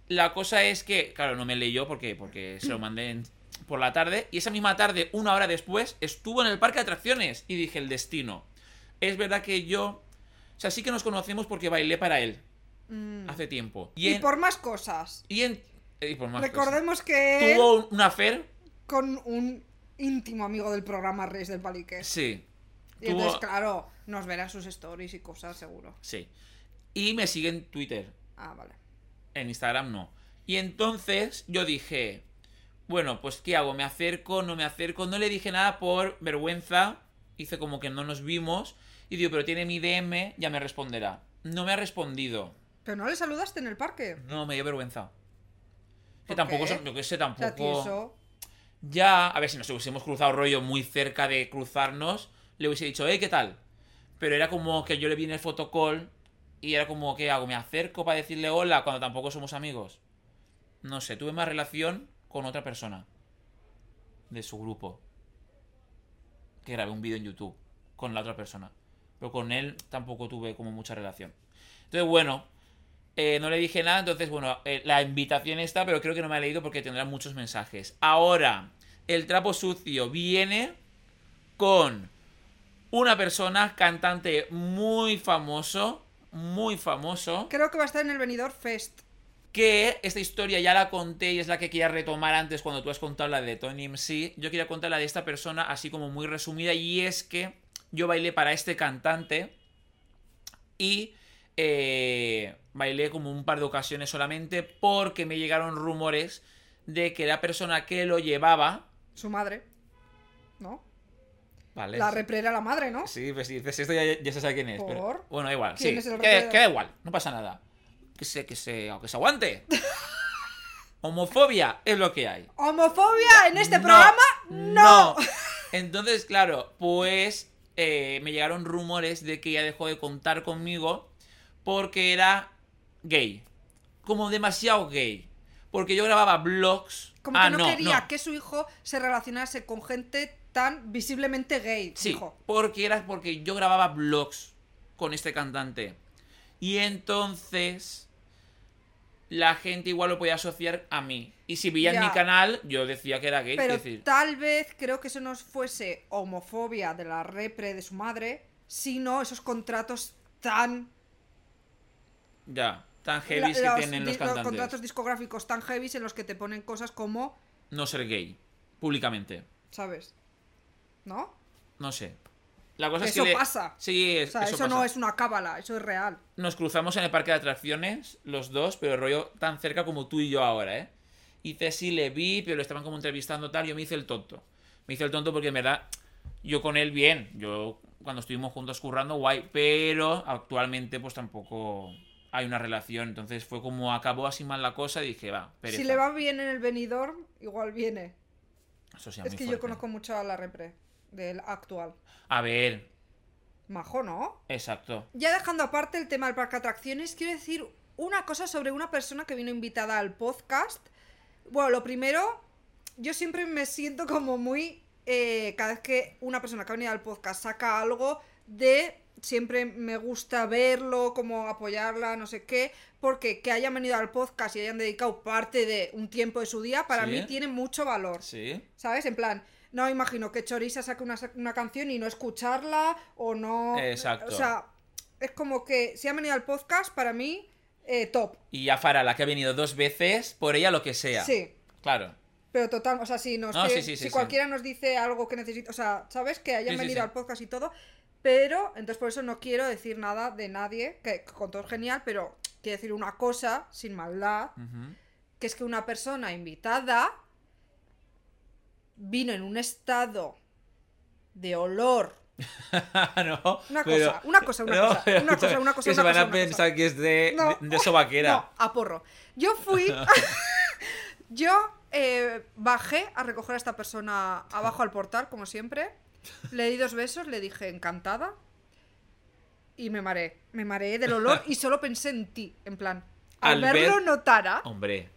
Speaker 3: La cosa es que, claro, no me leyó porque, porque se lo mandé en- por la tarde y esa misma tarde, una hora después, estuvo en el parque de atracciones y dije, el destino. Es verdad que yo... O sea, sí que nos conocemos porque bailé para él
Speaker 2: Mm.
Speaker 3: hace tiempo.
Speaker 2: Y,
Speaker 3: en-
Speaker 2: por más cosas.
Speaker 3: y en. y por más cosas.
Speaker 2: Recordemos que él,
Speaker 3: Tuvo un- una fer.
Speaker 2: con un íntimo amigo del programa Reyes del Palique.
Speaker 3: Sí.
Speaker 2: Y
Speaker 3: Tuvo-
Speaker 2: entonces, claro, nos verá sus stories y cosas, seguro.
Speaker 3: Sí. Y me sigue en Twitter.
Speaker 2: Ah, vale.
Speaker 3: En Instagram no. Y entonces yo dije. Bueno, pues ¿qué hago? ¿Me acerco? ¿No me acerco? No le dije nada por vergüenza. Hice como que no nos vimos. Y digo, pero tiene mi DM, ya me responderá. No me ha respondido.
Speaker 2: Pero no le saludaste en el parque.
Speaker 3: No, me dio vergüenza. Que
Speaker 2: ¿Por
Speaker 3: tampoco,
Speaker 2: qué?
Speaker 3: son- yo que sé,
Speaker 2: O sea,
Speaker 3: tampoco.
Speaker 2: tieso.
Speaker 3: Ya, a ver, si nos hubiésemos cruzado rollo muy cerca de cruzarnos, le hubiese dicho, hey, ¿qué tal? Pero era como que yo le vi en el fotocall y era como, ¿qué hago? ¿Me acerco para decirle hola cuando tampoco somos amigos? No sé, tuve más relación con otra persona de su grupo. Que grabé un vídeo en YouTube con la otra persona. Pero con él tampoco tuve como mucha relación. Entonces, bueno, eh, no le dije nada, entonces, bueno, eh, la invitación está, pero creo que no me ha leído porque tendrá muchos mensajes. Ahora, el trapo sucio viene con una persona, cantante muy famoso, muy famoso,
Speaker 2: Creo que va a estar en el Venidor Fest.
Speaker 3: que esta historia ya la conté y es la que quería retomar antes cuando tú has contado la de Tony MC. Yo quería contar la de esta persona así como muy resumida y es que yo bailé para este cantante y eh, bailé como un par de ocasiones solamente porque me llegaron rumores de que la persona que lo llevaba...
Speaker 2: Su madre. ¿No?
Speaker 3: Vale.
Speaker 2: La reprera la madre, ¿no?
Speaker 3: Sí, pues si dices esto ya, ya se sabe quién es. pero-
Speaker 2: ¿Por?
Speaker 3: Bueno, da igual.
Speaker 2: ¿Quién
Speaker 3: sí.
Speaker 2: es el
Speaker 3: que,
Speaker 2: rapero?
Speaker 3: que da igual, no pasa nada. Que se, que se, que se aguante. Homofobia es lo que hay.
Speaker 2: ¿Homofobia en este
Speaker 3: No,
Speaker 2: programa? ¡No!
Speaker 3: Entonces, claro, pues eh, me llegaron rumores de que ella dejó de contar conmigo porque era gay. Como demasiado gay. Porque yo grababa vlogs.
Speaker 2: Como
Speaker 3: Ah,
Speaker 2: que no, quería
Speaker 3: no.
Speaker 2: que su hijo se relacionase con gente tan visiblemente gay.
Speaker 3: Sí,
Speaker 2: dijo.
Speaker 3: porque era porque yo grababa vlogs con este cantante. Y entonces la gente igual lo podía asociar a mí. Y si veían
Speaker 2: Ya.
Speaker 3: mi canal, yo decía que era gay.
Speaker 2: Pero
Speaker 3: es decir,
Speaker 2: tal vez creo que eso no fuese homofobia de la repre de su madre, sino esos contratos tan...
Speaker 3: ya, tan
Speaker 2: la-
Speaker 3: heavy que tienen los
Speaker 2: di- los
Speaker 3: cantantes.
Speaker 2: contratos discográficos tan heavy en los que te ponen cosas como,
Speaker 3: No ser gay, públicamente.
Speaker 2: ¿sabes? ¿No?
Speaker 3: No sé. La cosa es que
Speaker 2: Eso
Speaker 3: le-
Speaker 2: pasa.
Speaker 3: Sí,
Speaker 2: O
Speaker 3: es-
Speaker 2: sea, eso,
Speaker 3: eso,
Speaker 2: no
Speaker 3: pasa.
Speaker 2: es una cábala, eso es real.
Speaker 3: Nos cruzamos en el parque de atracciones, los dos, pero rollo tan cerca como tú y yo ahora, ¿eh? Y Ceci le vi, pero lo estaban como entrevistando tal, yo me hice el tonto. Me hice el tonto porque en verdad yo con él bien, yo cuando estuvimos juntos currando, guay, pero actualmente pues tampoco hay una relación, entonces fue como acabó así mal la cosa y dije, va, pereza.
Speaker 2: Si le va bien en el venidor, igual viene.
Speaker 3: Eso sea
Speaker 2: Es
Speaker 3: muy
Speaker 2: que yo
Speaker 3: fuerte.
Speaker 2: conozco mucho a la repre del actual.
Speaker 3: A ver,
Speaker 2: Majo, ¿no?
Speaker 3: exacto.
Speaker 2: Ya dejando aparte el tema del parque de atracciones, quiero decir una cosa sobre una persona que vino invitada al podcast. Bueno, lo primero, yo siempre me siento como muy... eh, cada vez que una persona que ha venido al podcast saca algo de... Siempre me gusta verlo, como apoyarla, no sé qué, porque que hayan venido al podcast y hayan dedicado parte de un tiempo de su día, para
Speaker 3: Sí.
Speaker 2: mí tiene mucho valor.
Speaker 3: Sí.
Speaker 2: ¿Sabes? En plan, no imagino que Choriza saque una, una canción y no escucharla o no.
Speaker 3: Exacto.
Speaker 2: O sea, es como que si han venido al podcast, para mí, eh, top.
Speaker 3: Y ya Farah, la que ha venido dos veces, por ella lo que sea.
Speaker 2: Sí.
Speaker 3: Claro.
Speaker 2: Pero total, o sea, si nos
Speaker 3: No,
Speaker 2: que-
Speaker 3: sí, sí, sí,
Speaker 2: si
Speaker 3: sí.
Speaker 2: cualquiera nos dice algo que necesita, o sea, ¿sabes? Que hayan
Speaker 3: Sí, sí,
Speaker 2: venido
Speaker 3: sí.
Speaker 2: al podcast y todo, pero entonces por eso no quiero decir nada de nadie, que con todo es genial, pero quiero decir una cosa sin maldad,
Speaker 3: Ujú.
Speaker 2: que es que una persona invitada vino en un estado de olor
Speaker 3: no,
Speaker 2: Una
Speaker 3: pero-
Speaker 2: cosa, una cosa, una
Speaker 3: No,
Speaker 2: cosa,
Speaker 3: pero
Speaker 2: una cosa,
Speaker 3: escúchame,
Speaker 2: una cosa,
Speaker 3: Que
Speaker 2: una
Speaker 3: se van
Speaker 2: cosa,
Speaker 3: a
Speaker 2: una
Speaker 3: pensar
Speaker 2: cosa.
Speaker 3: que es de,
Speaker 2: No.
Speaker 3: de, de sobaquera.
Speaker 2: No, a porro. Yo fui. yo eh, bajé a recoger a esta persona abajo al portal, como siempre. Le di dos besos, le dije encantada. Y me mareé. Me mareé del olor y solo pensé en ti. En plan, al,
Speaker 3: Al ver-
Speaker 2: verlo notara
Speaker 3: Hombre.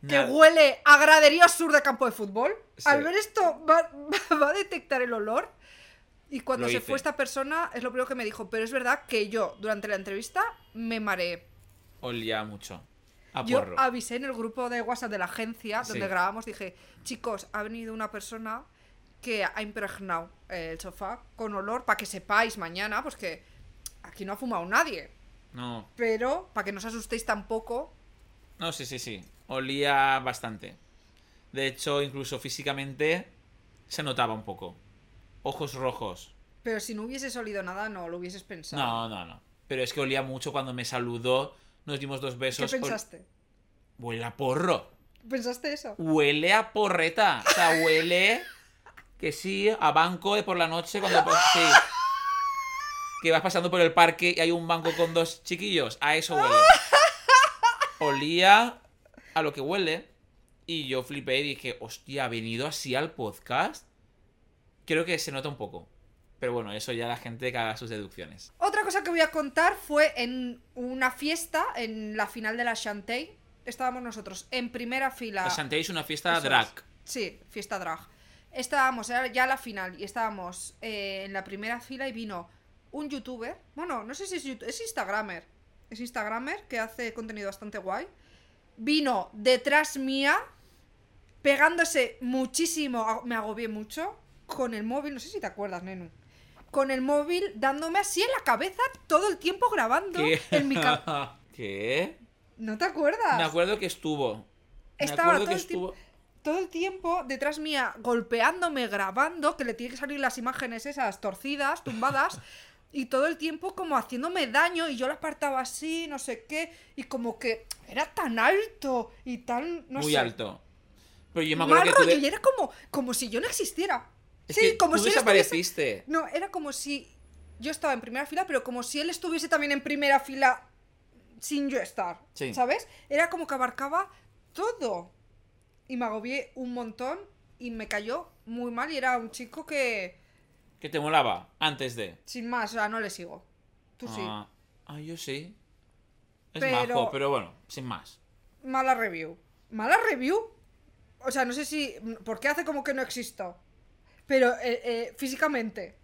Speaker 2: que
Speaker 3: nada.
Speaker 2: huele a gradería sur de campo de fútbol.
Speaker 3: Sí.
Speaker 2: Al ver esto, va, va- va a detectar el olor. Y cuando
Speaker 3: Lo
Speaker 2: se
Speaker 3: hice.
Speaker 2: fue esta persona, es lo primero que me dijo. Pero es verdad que yo, durante la entrevista, me mareé.
Speaker 3: Olía mucho. A
Speaker 2: Yo
Speaker 3: porro.
Speaker 2: avisé en el grupo de WhatsApp de la agencia, donde
Speaker 3: Sí.
Speaker 2: grabamos, dije, chicos, ha venido una persona que ha impregnado eh, el sofá con olor, para que sepáis mañana, pues que aquí no ha fumado nadie.
Speaker 3: No.
Speaker 2: Pero, para que no os asustéis tampoco,
Speaker 3: No, sí, sí, sí. Olía bastante. De hecho, incluso físicamente se notaba un poco. Ojos rojos.
Speaker 2: pero si no hubieses olido nada, no lo hubieses pensado.
Speaker 3: No, no, no. Pero es que olía mucho cuando me saludó. Nos dimos dos
Speaker 2: ¿Qué
Speaker 3: besos. ol-
Speaker 2: pensaste?
Speaker 3: Huele a porro.
Speaker 2: ¿Pensaste eso?
Speaker 3: Huele a porreta. O sea, huele que sí, a banco de por la noche cuando pues, sí. que vas pasando por el parque y hay un banco con dos chiquillos. A eso huele. Olía a lo que huele. Y yo flipé y dije, hostia, ¿ha venido así al podcast? Creo que se nota un poco. Pero bueno, eso ya la gente que haga sus deducciones.
Speaker 2: Otra cosa que voy a contar fue en una fiesta, en la final de la Shantae. Estábamos nosotros en primera fila.
Speaker 3: La Shantae es una fiesta
Speaker 2: Ah, Eso
Speaker 3: drag.
Speaker 2: es. Sí, fiesta drag. Estábamos, era ya la final, y estábamos eh, en la primera fila y vino un youtuber. Bueno, no sé si es youtuber, es Instagramer. Es Instagramer que hace contenido bastante guay. Vino detrás mía, pegándose muchísimo, a- me agobié mucho, con el móvil, no sé si te acuerdas, Nenu. Con el móvil dándome así en la cabeza todo el tiempo grabando
Speaker 3: ¿Qué?
Speaker 2: en mi ca-
Speaker 3: ¿Qué?
Speaker 2: ¿No te acuerdas?
Speaker 3: Me acuerdo que estuvo. Me
Speaker 2: Estaba
Speaker 3: acuerdo
Speaker 2: todo
Speaker 3: que
Speaker 2: el tiempo-
Speaker 3: estuvo.
Speaker 2: todo el tiempo detrás mía golpeándome, grabando, que le tiene que salir las imágenes esas torcidas, tumbadas, y todo el tiempo como haciéndome daño, y yo la apartaba así, no sé qué, y como que era tan alto y tan, no
Speaker 3: muy
Speaker 2: sé,
Speaker 3: alto. Pero yo me acuerdo
Speaker 2: mal
Speaker 3: que tú
Speaker 2: rollo,
Speaker 3: de-
Speaker 2: y era como, como si yo no existiera.
Speaker 3: es
Speaker 2: sí,
Speaker 3: que
Speaker 2: como
Speaker 3: tú
Speaker 2: si él estuviese-
Speaker 3: desapareciste.
Speaker 2: No, era como si yo estaba en primera fila, pero como si él estuviese también en primera fila sin yo estar.
Speaker 3: Sí.
Speaker 2: ¿Sabes? Era como que abarcaba todo. Y me agobié un montón y me cayó muy mal. Y era un chico que,
Speaker 3: Que te molaba antes de.
Speaker 2: sin más, o sea, no le sigo. Tú sí.
Speaker 3: Ah, ah, yo sí. Es
Speaker 2: Pero-
Speaker 3: majo, pero bueno, sin más.
Speaker 2: Mala review. ¿Mala review? O sea, no sé si. ¿Por qué hace como que no existo? Pero eh, eh, físicamente.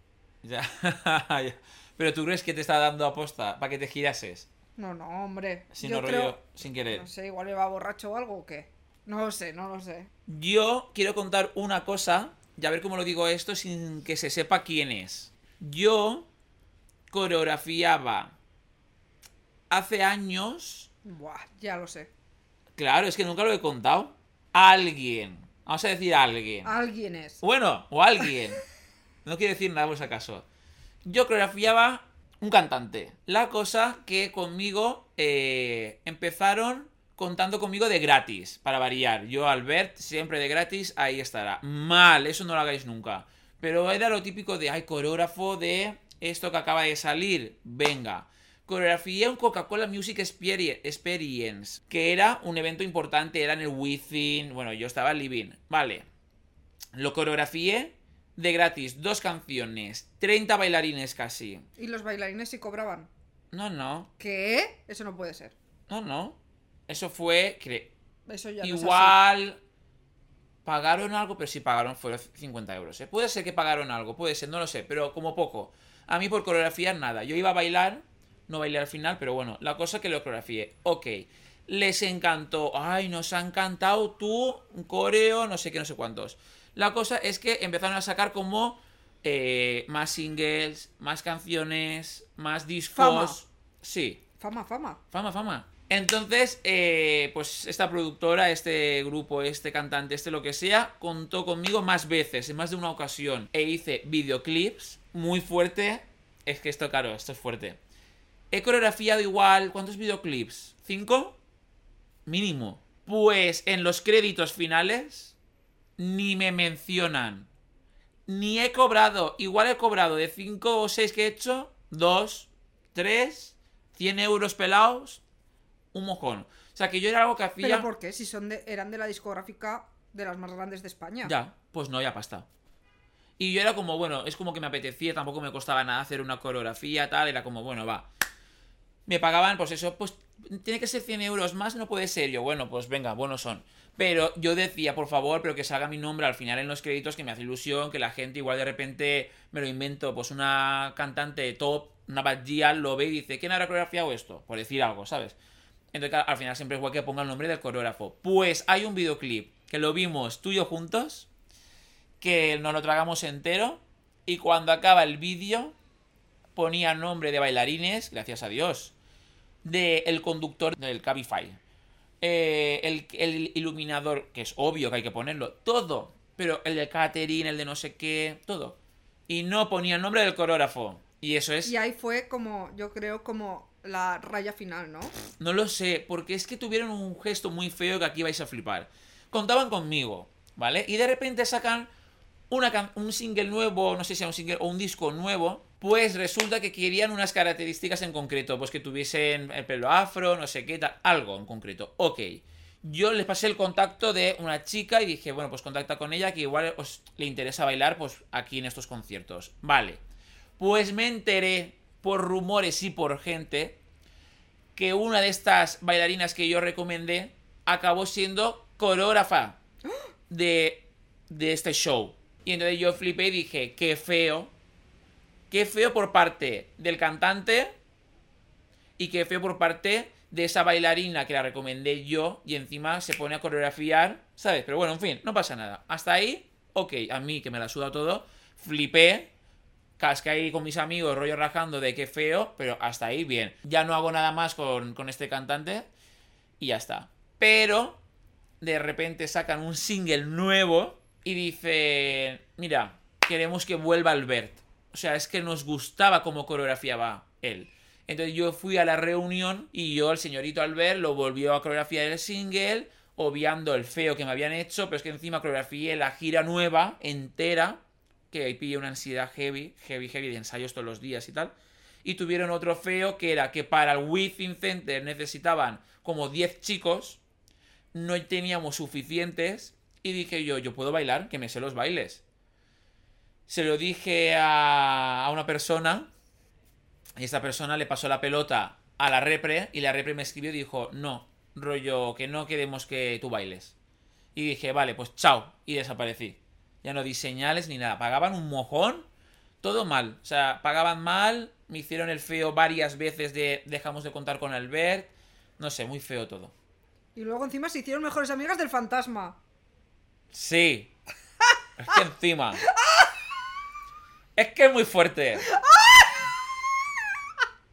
Speaker 3: Ya. pero tú crees que te está dando aposta para que te girases.
Speaker 2: No, no, hombre.
Speaker 3: Si
Speaker 2: yo
Speaker 3: no
Speaker 2: creo.
Speaker 3: rollo, eh. sin querer.
Speaker 2: No sé, igual va borracho o algo o qué. No lo sé, no lo sé.
Speaker 3: Yo quiero contar una cosa, y a ver cómo lo digo esto sin que se sepa quién es. Yo coreografiaba hace años,
Speaker 2: Buah, ya lo sé.
Speaker 3: claro, es que nunca lo he contado, a alguien. Vamos a decir a alguien.
Speaker 2: Alguien es.
Speaker 3: Bueno, o alguien. No quiero decir nada por si acaso. Yo coreografiaba un cantante. La cosa que conmigo eh, empezaron contando conmigo de gratis, para variar. Yo, Albert, siempre de gratis, ahí estará. Mal, eso no lo hagáis nunca. Pero era lo típico de, ay, coreógrafo de esto que acaba de salir, venga. Coreografié un Coca-Cola Music Experie- Experience, que era un evento importante, era en el Within, bueno, yo estaba en Living, vale. Lo coreografié de gratis, dos canciones, 30 bailarines casi.
Speaker 2: Y los bailarines sí cobraban.
Speaker 3: No, no,
Speaker 2: ¿Qué? Eso no puede ser.
Speaker 3: no, no. Eso fue, cre-
Speaker 2: Eso ya no es así.
Speaker 3: igual pagaron algo, pero si pagaron fueron 50 euros. ¿eh? Puede ser que pagaron algo, puede ser, no lo sé, pero como poco. A mí por coreografiar nada. Yo iba a bailar, no bailé al final, pero bueno, la cosa que lo coreografié. Ok, les encantó. Ay, nos ha encantado tú, un coreo, no sé qué, no sé cuántos. La cosa es que empezaron a sacar como eh, más singles, más canciones, más discos.
Speaker 2: Fama.
Speaker 3: Sí.
Speaker 2: Fama, fama.
Speaker 3: Fama, fama. Entonces, eh, pues esta productora, este grupo, este cantante, este lo que sea, contó conmigo más veces, en más de una ocasión. E hice videoclips muy fuerte. Es que esto, claro, esto es fuerte. He coreografiado igual, ¿cuántos videoclips? ¿Cinco? Mínimo. Pues en los créditos finales ni me mencionan. Ni he cobrado. Igual he cobrado de 5 o 6 que he hecho, 2, 3, 100 euros pelados, un mojón. O sea que yo era algo que hacía.
Speaker 2: ¿Pero por qué? Si son de, eran de la discográfica de las más grandes de España.
Speaker 3: Ya, pues no había pasta. Y yo era como, bueno, es como que me apetecía, tampoco me costaba nada hacer una coreografía, tal, era como, bueno, va. Me pagaban, pues eso, pues tiene que ser 100 euros más, no puede ser. Yo, bueno, pues venga, buenos son. Pero yo decía, por favor, pero que salga mi nombre al final en los créditos, que me hace ilusión, que la gente igual de repente me lo invento, pues una cantante top, una Bad Gyal, lo ve y dice, ¿quién habrá coreografiado esto? Por decir algo, ¿sabes? Entonces, claro, al final siempre es igual que ponga el nombre del coreógrafo. Pues hay un videoclip que lo vimos tú y yo juntos, que nos lo tragamos entero, y cuando acaba el vídeo, ponía nombre de bailarines, gracias a Dios, del conductor del Cabify. Eh, el, el iluminador, que es obvio que hay que ponerlo, todo. Pero el de catering, el de no sé qué, todo. Y no ponía el nombre del coreógrafo. Y eso es
Speaker 2: Y ahí fue como, yo creo, como la raya final, ¿no?
Speaker 3: No lo sé, porque es que tuvieron un gesto muy feo que aquí vais a flipar. Contaban conmigo, ¿vale? Y de repente sacan una can- un single nuevo, no sé si sea un single o un disco nuevo. Pues resulta que querían unas características en concreto, pues que tuviesen el pelo afro, no sé qué, tal, algo en concreto. Ok. Yo les pasé el contacto de una chica y dije, bueno, pues contacta con ella que igual os le interesa bailar pues aquí en estos conciertos. Vale. Pues me enteré por rumores y por gente que una de estas bailarinas que yo recomendé acabó siendo coreógrafa de, de este show. Y entonces yo flipé y dije, qué feo. Qué feo por parte del cantante y qué feo por parte de esa bailarina que la recomendé yo y encima se pone a coreografiar, ¿sabes? Pero bueno, en fin, no pasa nada. Hasta ahí, ok, a mí que me la suda todo, flipé, casqué ahí con mis amigos, rollo rajando de qué feo, pero hasta ahí bien. Ya no hago nada más con, con este cantante y ya está. Pero de repente sacan un single nuevo y dicen, mira, queremos que vuelva Albert. O sea, es que nos gustaba cómo coreografiaba él. Entonces yo fui a la reunión y yo al señorito Albert lo volvió a coreografiar el single, obviando el feo que me habían hecho, pero es que encima coreografié la gira nueva, entera, que ahí pillé una ansiedad heavy, heavy, heavy de ensayos todos los días y tal. Y tuvieron otro feo que era que para el Within Center necesitaban como 10 chicos, no teníamos suficientes, y dije yo, yo puedo bailar, que me sé los bailes. Se lo dije a, a una persona, y esta persona le pasó la pelota a la repre, y la repre me escribió y dijo, no, rollo, que no queremos que tú bailes. Y dije, vale, pues chao, y desaparecí. Ya no di señales ni nada, pagaban un mojón, todo mal, o sea, pagaban mal, me hicieron el feo varias veces de dejamos de contar con Albert, no sé, muy feo todo.
Speaker 2: Y luego encima se hicieron mejores amigas del fantasma.
Speaker 3: Sí. Es que encima. Es que es muy fuerte.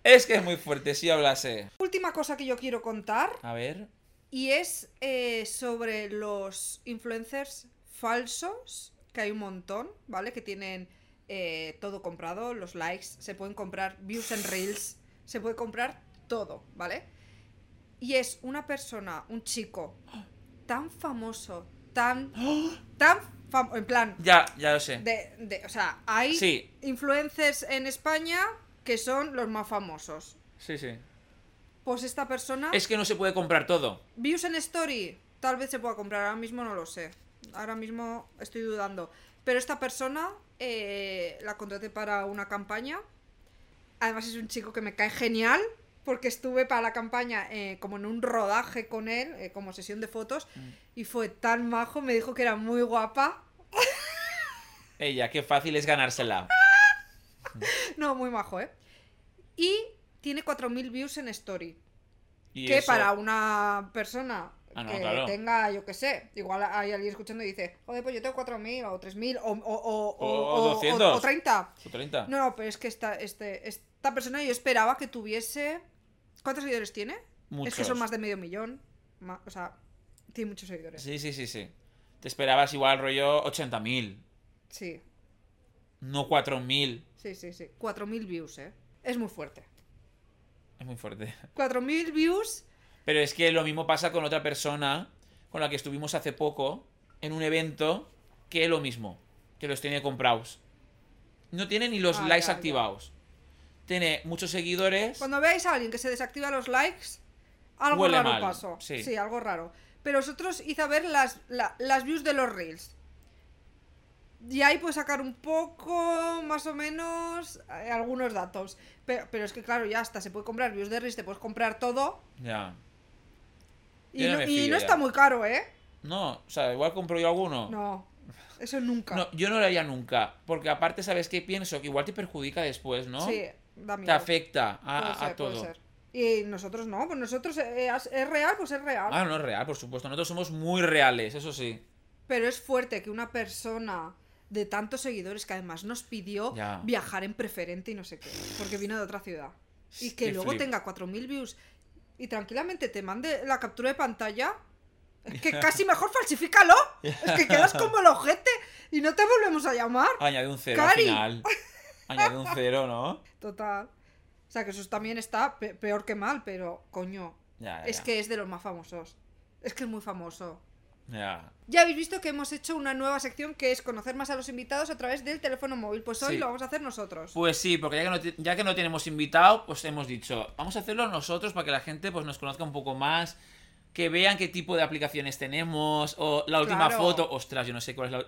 Speaker 3: Es que es muy fuerte, si hablase.
Speaker 2: Última cosa que yo quiero contar
Speaker 3: A ver.
Speaker 2: y es eh, sobre los influencers falsos, que hay un montón, ¿vale? Que tienen eh, todo comprado, los likes, se pueden comprar views en reels, se puede comprar todo, ¿vale? Y es una persona, un chico, tan famoso, tan, tan famoso, en plan,
Speaker 3: Ya, ya lo sé.
Speaker 2: de, de- o sea, hay
Speaker 3: Sí.
Speaker 2: influencers en España que son los más famosos.
Speaker 3: Sí, sí.
Speaker 2: Pues esta persona,
Speaker 3: Es que no se puede comprar todo.
Speaker 2: views en story, tal vez se pueda comprar, ahora mismo no lo sé. Ahora mismo estoy dudando. Pero esta persona eh, la contraté para una campaña. Además es un chico que me cae genial porque estuve para la campaña eh, como en un rodaje con él, eh, como sesión de fotos, y fue tan majo, me dijo que era muy guapa.
Speaker 3: Ella, qué fácil es ganársela.
Speaker 2: No, muy majo, ¿eh? Y tiene 4.000 views en story.
Speaker 3: Y
Speaker 2: que
Speaker 3: eso-
Speaker 2: para una persona
Speaker 3: Ah, no,
Speaker 2: que
Speaker 3: claro.
Speaker 2: tenga, yo qué sé, igual hay alguien escuchando y dice, joder, pues yo tengo 4.000 o 3.000 o, o, o,
Speaker 3: O- Ah. o 200.
Speaker 2: o 30.
Speaker 3: Su 30.
Speaker 2: No, no, pero es que esta, este, esta persona yo esperaba que tuviese... ¿Cuántos seguidores tiene? Es que
Speaker 3: Muchos.
Speaker 2: son más de medio millón. ma- o sea, tiene muchos seguidores. Sí.
Speaker 3: Sí, sí, sí, sí. Te esperabas igual rollo 80.000,
Speaker 2: sí,
Speaker 3: no 4.000.
Speaker 2: sí, sí, 4.000 views, ¿eh? Es muy fuerte.
Speaker 3: Es muy fuerte.
Speaker 2: 4.000 views.
Speaker 3: Pero es que lo mismo pasa con otra persona con la que estuvimos hace poco en un evento que lo mismo, que los tiene comprados. No tiene ni los
Speaker 2: Ah,
Speaker 3: likes
Speaker 2: ya, ya.
Speaker 3: activados. Tiene muchos seguidores.
Speaker 2: Cuando veáis a alguien que se desactiva los likes, algo
Speaker 3: Huele
Speaker 2: raro
Speaker 3: mal,
Speaker 2: pasó.
Speaker 3: sí.
Speaker 2: algo raro. Pero vosotros hice a ver las, la- las views de los reels. Y ahí puedes sacar un poco, más o menos, eh, algunos datos. Pero, pero es que, claro, ya hasta se puede comprar views de reels, te puedes comprar todo.
Speaker 3: Ya.
Speaker 2: Y
Speaker 3: Yo no
Speaker 2: no,
Speaker 3: me
Speaker 2: y
Speaker 3: fío
Speaker 2: no
Speaker 3: ya.
Speaker 2: está muy caro, ¿eh?
Speaker 3: No, o sea, igual compro yo alguno.
Speaker 2: No, eso nunca.
Speaker 3: No, yo no lo haría nunca. Porque aparte, ¿sabes qué pienso? Que igual te perjudica después, ¿no?
Speaker 2: Sí, da miedo.
Speaker 3: Te afecta
Speaker 2: Puede
Speaker 3: a, a
Speaker 2: ser, puede
Speaker 3: todo.
Speaker 2: ser. Y nosotros no, pues nosotros eh, eh, es real, pues es real.
Speaker 3: Ah, no es real, por supuesto. Nosotros somos muy reales, eso sí.
Speaker 2: Pero es fuerte que una persona de tantos seguidores que además nos pidió
Speaker 3: Ya.
Speaker 2: viajar en preferente y no sé qué, porque vino de otra ciudad. Y que
Speaker 3: Qué
Speaker 2: luego
Speaker 3: flip.
Speaker 2: tenga 4.000 views y tranquilamente te mande la captura de pantalla. Es que casi mejor falsifícalo. Es que quedas como el ojete y no te volvemos a llamar.
Speaker 3: Añade un cero
Speaker 2: Cari.
Speaker 3: al final. Añade un cero, ¿no?
Speaker 2: Total. O sea, que eso también está pe- peor que mal, pero coño.
Speaker 3: Ya, ya,
Speaker 2: Es
Speaker 3: Ah, ya.
Speaker 2: que es de los más famosos. Es que es muy famoso.
Speaker 3: Ya.
Speaker 2: Ya habéis visto que hemos hecho una nueva sección que es conocer más a los invitados a través del teléfono móvil. Pues hoy
Speaker 3: Sí.
Speaker 2: lo vamos a hacer nosotros.
Speaker 3: Pues sí, porque ya que, no te- ya que no tenemos invitado, pues hemos dicho, vamos a hacerlo nosotros para que la gente pues, nos conozca un poco más, que vean qué tipo de aplicaciones tenemos, o la última
Speaker 2: Claro.
Speaker 3: foto. Ostras, yo no sé cuál es la...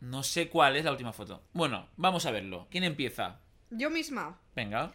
Speaker 3: No sé cuál es la última foto. Bueno, vamos a verlo. ¿Quién empieza?
Speaker 2: Yo misma.
Speaker 3: Venga.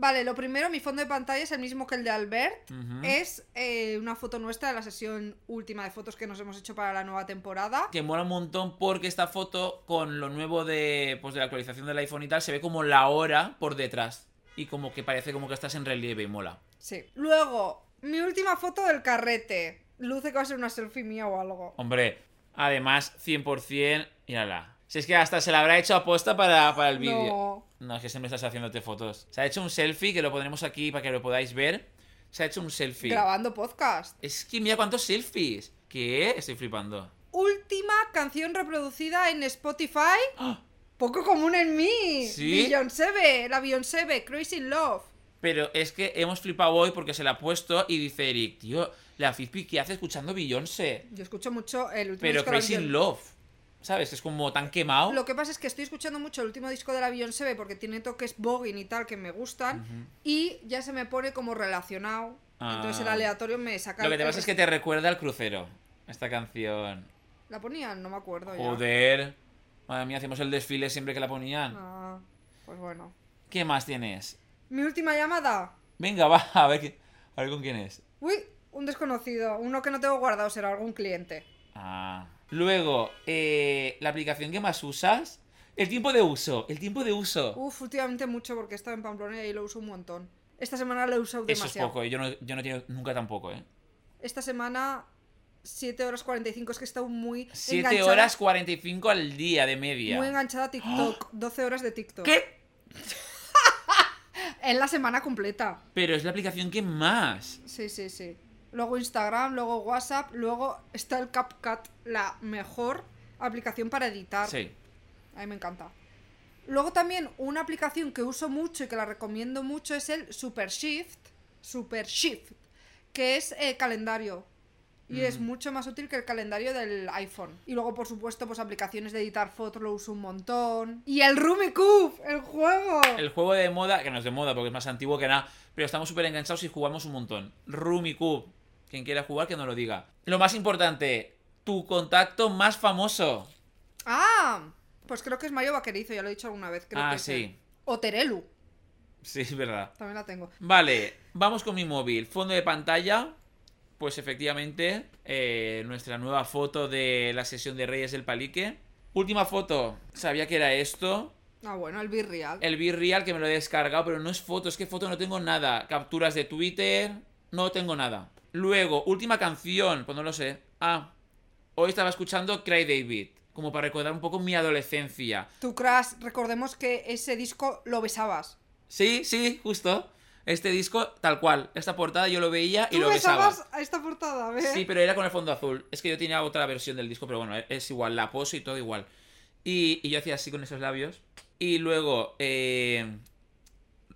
Speaker 2: Vale, lo primero, mi fondo de pantalla es el mismo que el de Albert.
Speaker 3: Ujú.
Speaker 2: Es eh, una foto nuestra de la sesión última de fotos que nos hemos hecho para la nueva temporada.
Speaker 3: Que mola un montón porque esta foto, con lo nuevo de, pues, de la actualización del iPhone y tal, se ve como la hora por detrás. Y como que parece como que estás en relieve y mola.
Speaker 2: Sí. Luego, mi última foto del carrete. Luce que va a ser una selfie mía o algo.
Speaker 3: Hombre, además, 100%, mírala. Si es que hasta se la habrá hecho aposta para, para el vídeo.
Speaker 2: No.
Speaker 3: No, es que siempre estás haciéndote fotos. Se ha hecho un selfie que lo pondremos aquí para que lo podáis ver. se ha hecho un selfie.
Speaker 2: grabando podcast.
Speaker 3: Es que mira cuántos selfies. ¿Qué? Estoy flipando.
Speaker 2: Última canción reproducida en Spotify.
Speaker 3: ¡Ah!
Speaker 2: Poco común en mí.
Speaker 3: ¿Sí?
Speaker 2: Beyoncé, B, la Beyoncé, B, Crazy in Love.
Speaker 3: Pero es que hemos flipado hoy porque se la ha puesto y dice Eric, tío, la Fizpi, ¿qué hace escuchando Beyoncé?
Speaker 2: Yo escucho mucho el último
Speaker 3: Pero
Speaker 2: disco de la
Speaker 3: Crazy in
Speaker 2: Beyoncé.
Speaker 3: Love, ¿sabes? Es como tan quemado.
Speaker 2: Lo que pasa es que estoy escuchando mucho el último disco de la Beyoncé B, porque tiene toques bogging y tal que me gustan y ya se me pone como relacionado.
Speaker 3: Ah.
Speaker 2: Entonces el aleatorio me saca.
Speaker 3: Lo que te
Speaker 2: el-
Speaker 3: pasa es que te recuerda al crucero, esta canción.
Speaker 2: la ponían, no me acuerdo Oh, ya.
Speaker 3: Joder. Madre mía, hacemos el desfile siempre que la ponían.
Speaker 2: Ah, pues bueno.
Speaker 3: ¿Qué más tienes?
Speaker 2: Mi última llamada.
Speaker 3: Venga, va, a ver, qué- a ver con quién es.
Speaker 2: Uy, un desconocido, uno que no tengo guardado será algún cliente.
Speaker 3: Ah. Luego, eh, la aplicación que más usas. El tiempo de uso. El tiempo de uso.
Speaker 2: Uf, últimamente mucho porque he estado en Pamplona y lo uso un montón. Esta semana lo he usado
Speaker 3: Eso
Speaker 2: demasiado.
Speaker 3: es poco, ¿eh? yo no, yo no tengo nunca tampoco, ¿eh?
Speaker 2: Esta semana 7 horas 45 es que he estado muy
Speaker 3: 7
Speaker 2: enganchada-
Speaker 3: horas 45 al día de media.
Speaker 2: muy enganchada a TikTok, 12 horas de TikTok.
Speaker 3: ¿Qué?
Speaker 2: En la semana completa.
Speaker 3: Pero es la aplicación que más.
Speaker 2: Sí, sí, sí. Luego Instagram, luego WhatsApp, luego está el CapCut, la mejor aplicación para editar.
Speaker 3: Sí.
Speaker 2: A mí me encanta. Luego también una aplicación que uso mucho y que la recomiendo mucho es el Super Shift, Super Shift, que es eh, calendario. Y es mucho más útil que el calendario del iPhone. Y luego, por supuesto, pues aplicaciones de editar fotos lo uso un montón. Y el Cube, el juego.
Speaker 3: El juego de moda, que no es de moda porque es más antiguo que nada, pero estamos súper enganchados y jugamos un montón. Rumi Cube. Quien quiera jugar, que nos lo diga. Lo más importante, tu contacto más famoso.
Speaker 2: Ah, pues creo que es Mario Vaquerizo, ya lo he dicho alguna vez. Creo
Speaker 3: Ah,
Speaker 2: que es
Speaker 3: sí.
Speaker 2: él. O Terelu,
Speaker 3: Sí, es verdad.
Speaker 2: también la tengo.
Speaker 3: Vale, vamos con mi móvil. Fondo de pantalla. Pues efectivamente, eh, nuestra nueva foto de la sesión de Reyes del Palique. Última foto, sabía que era esto.
Speaker 2: Ah, bueno, el Birreal.
Speaker 3: El B-Real que me lo he descargado, pero no es foto, es que foto no tengo nada. Capturas de Twitter, no tengo nada. Luego, última canción, pues no lo sé. Ah, hoy estaba escuchando Cry David, como para recordar un poco mi adolescencia.
Speaker 2: Tu Crash, recordemos que ese disco lo besabas.
Speaker 3: Sí, sí, justo. Este disco, tal cual. Esta portada yo lo veía y
Speaker 2: Tú
Speaker 3: lo besaba.
Speaker 2: besabas a esta portada, ¿ves?
Speaker 3: Sí, pero era con el fondo azul. Es que yo tenía otra versión del disco, pero bueno, e-, es igual, la pose y todo igual. Y, y yo hacía así con esos labios. Y luego, eh,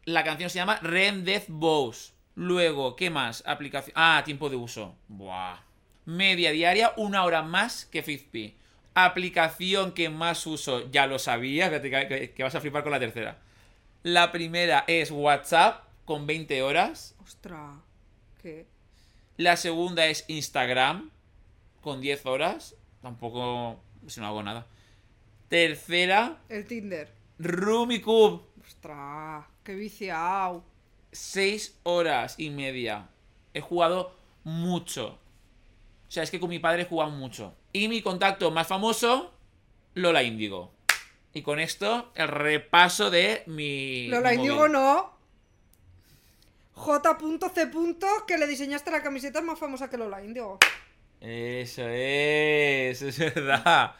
Speaker 3: la canción se llama Ren Death Bows. Luego, ¿qué más? Aplicación. Ah, tiempo de uso. Buah. Media diaria, una hora más que Fizpi. Aplicación que más uso, ya lo sabía, fíjate que- que- que vas a flipar con la tercera. La primera es WhatsApp con 20 horas.
Speaker 2: Ostras, ¿qué?
Speaker 3: La segunda es Instagram, con 10 horas. Tampoco, si no hago nada. Tercera,
Speaker 2: El Tinder.
Speaker 3: Rumicube,
Speaker 2: Ostras, qué viciado.
Speaker 3: 6 horas y media. He jugado mucho. O sea, es que con mi padre he jugado mucho. Y mi contacto más famoso, Lola Indigo. Y con esto, el repaso de mi.
Speaker 2: Lola
Speaker 3: mi móvil.
Speaker 2: Indigo no. J.C. que le diseñaste la camiseta es más famosa que Lola Indigo.
Speaker 3: Eso es, es verdad.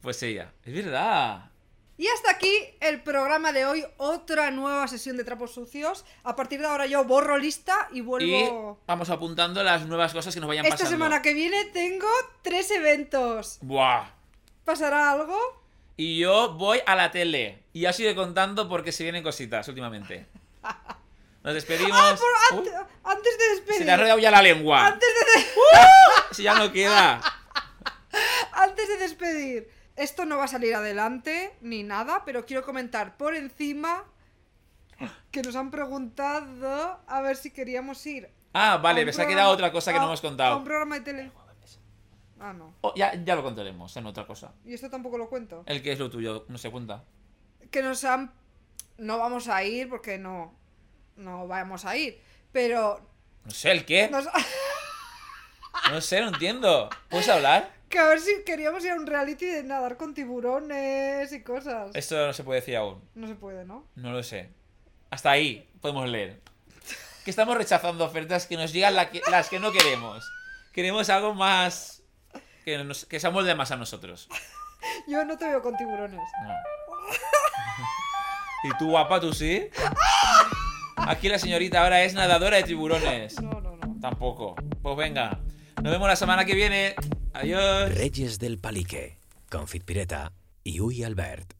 Speaker 3: Pues ella, es verdad.
Speaker 2: Y hasta aquí el programa de hoy, otra nueva sesión de trapos sucios. A partir de ahora yo borro lista y
Speaker 3: Y
Speaker 2: vuelvo.
Speaker 3: vamos apuntando las nuevas cosas que nos vayan
Speaker 2: Esta
Speaker 3: pasando.
Speaker 2: semana que viene tengo tres eventos.
Speaker 3: Buah.
Speaker 2: ¿Pasará algo?
Speaker 3: Y yo voy a la tele. Y ya os iré contando porque se vienen cositas últimamente. Nos despedimos.
Speaker 2: Ant-
Speaker 3: Uy,
Speaker 2: Ah, Antes de
Speaker 3: se te ha
Speaker 2: despedir,
Speaker 3: rodeado ya la lengua.
Speaker 2: antes de
Speaker 3: Si ya no queda.
Speaker 2: Antes de despedir, esto no va a salir adelante ni nada, pero quiero comentar por encima que nos han preguntado a ver si queríamos ir.
Speaker 3: Ah,
Speaker 2: a
Speaker 3: vale,
Speaker 2: un
Speaker 3: me se ha
Speaker 2: programa-
Speaker 3: quedado otra cosa que
Speaker 2: a-
Speaker 3: no hemos
Speaker 2: A
Speaker 3: contado.
Speaker 2: un programa de tele. Ah, no.
Speaker 3: Oh, ya, ya lo contaremos en otra cosa.
Speaker 2: Y esto tampoco lo cuento.
Speaker 3: El que es lo tuyo, no se cuenta.
Speaker 2: Que nos han. No vamos a ir porque no. No vamos a ir. Pero.
Speaker 3: No sé, ¿el qué?
Speaker 2: nos-
Speaker 3: No sé, no entiendo. ¿Puedes hablar?
Speaker 2: que a ver si queríamos ir a un reality de nadar con tiburones y cosas.
Speaker 3: Esto no se puede decir aún.
Speaker 2: No se puede, ¿no?
Speaker 3: No lo sé. Hasta ahí podemos leer. Que estamos rechazando ofertas que nos llegan la que- las que no queremos. Queremos algo más. que, nos, que se amolde más a nosotros.
Speaker 2: Yo no te veo con tiburones.
Speaker 3: No. ¿Y tú, guapa, tú sí? Aquí la señorita ahora es nadadora de tiburones.
Speaker 2: No, no, no.
Speaker 3: Tampoco. Pues venga. Nos vemos la semana que viene. Adiós.
Speaker 1: Reyes del Palique, Confit Pireta y Uy Albert.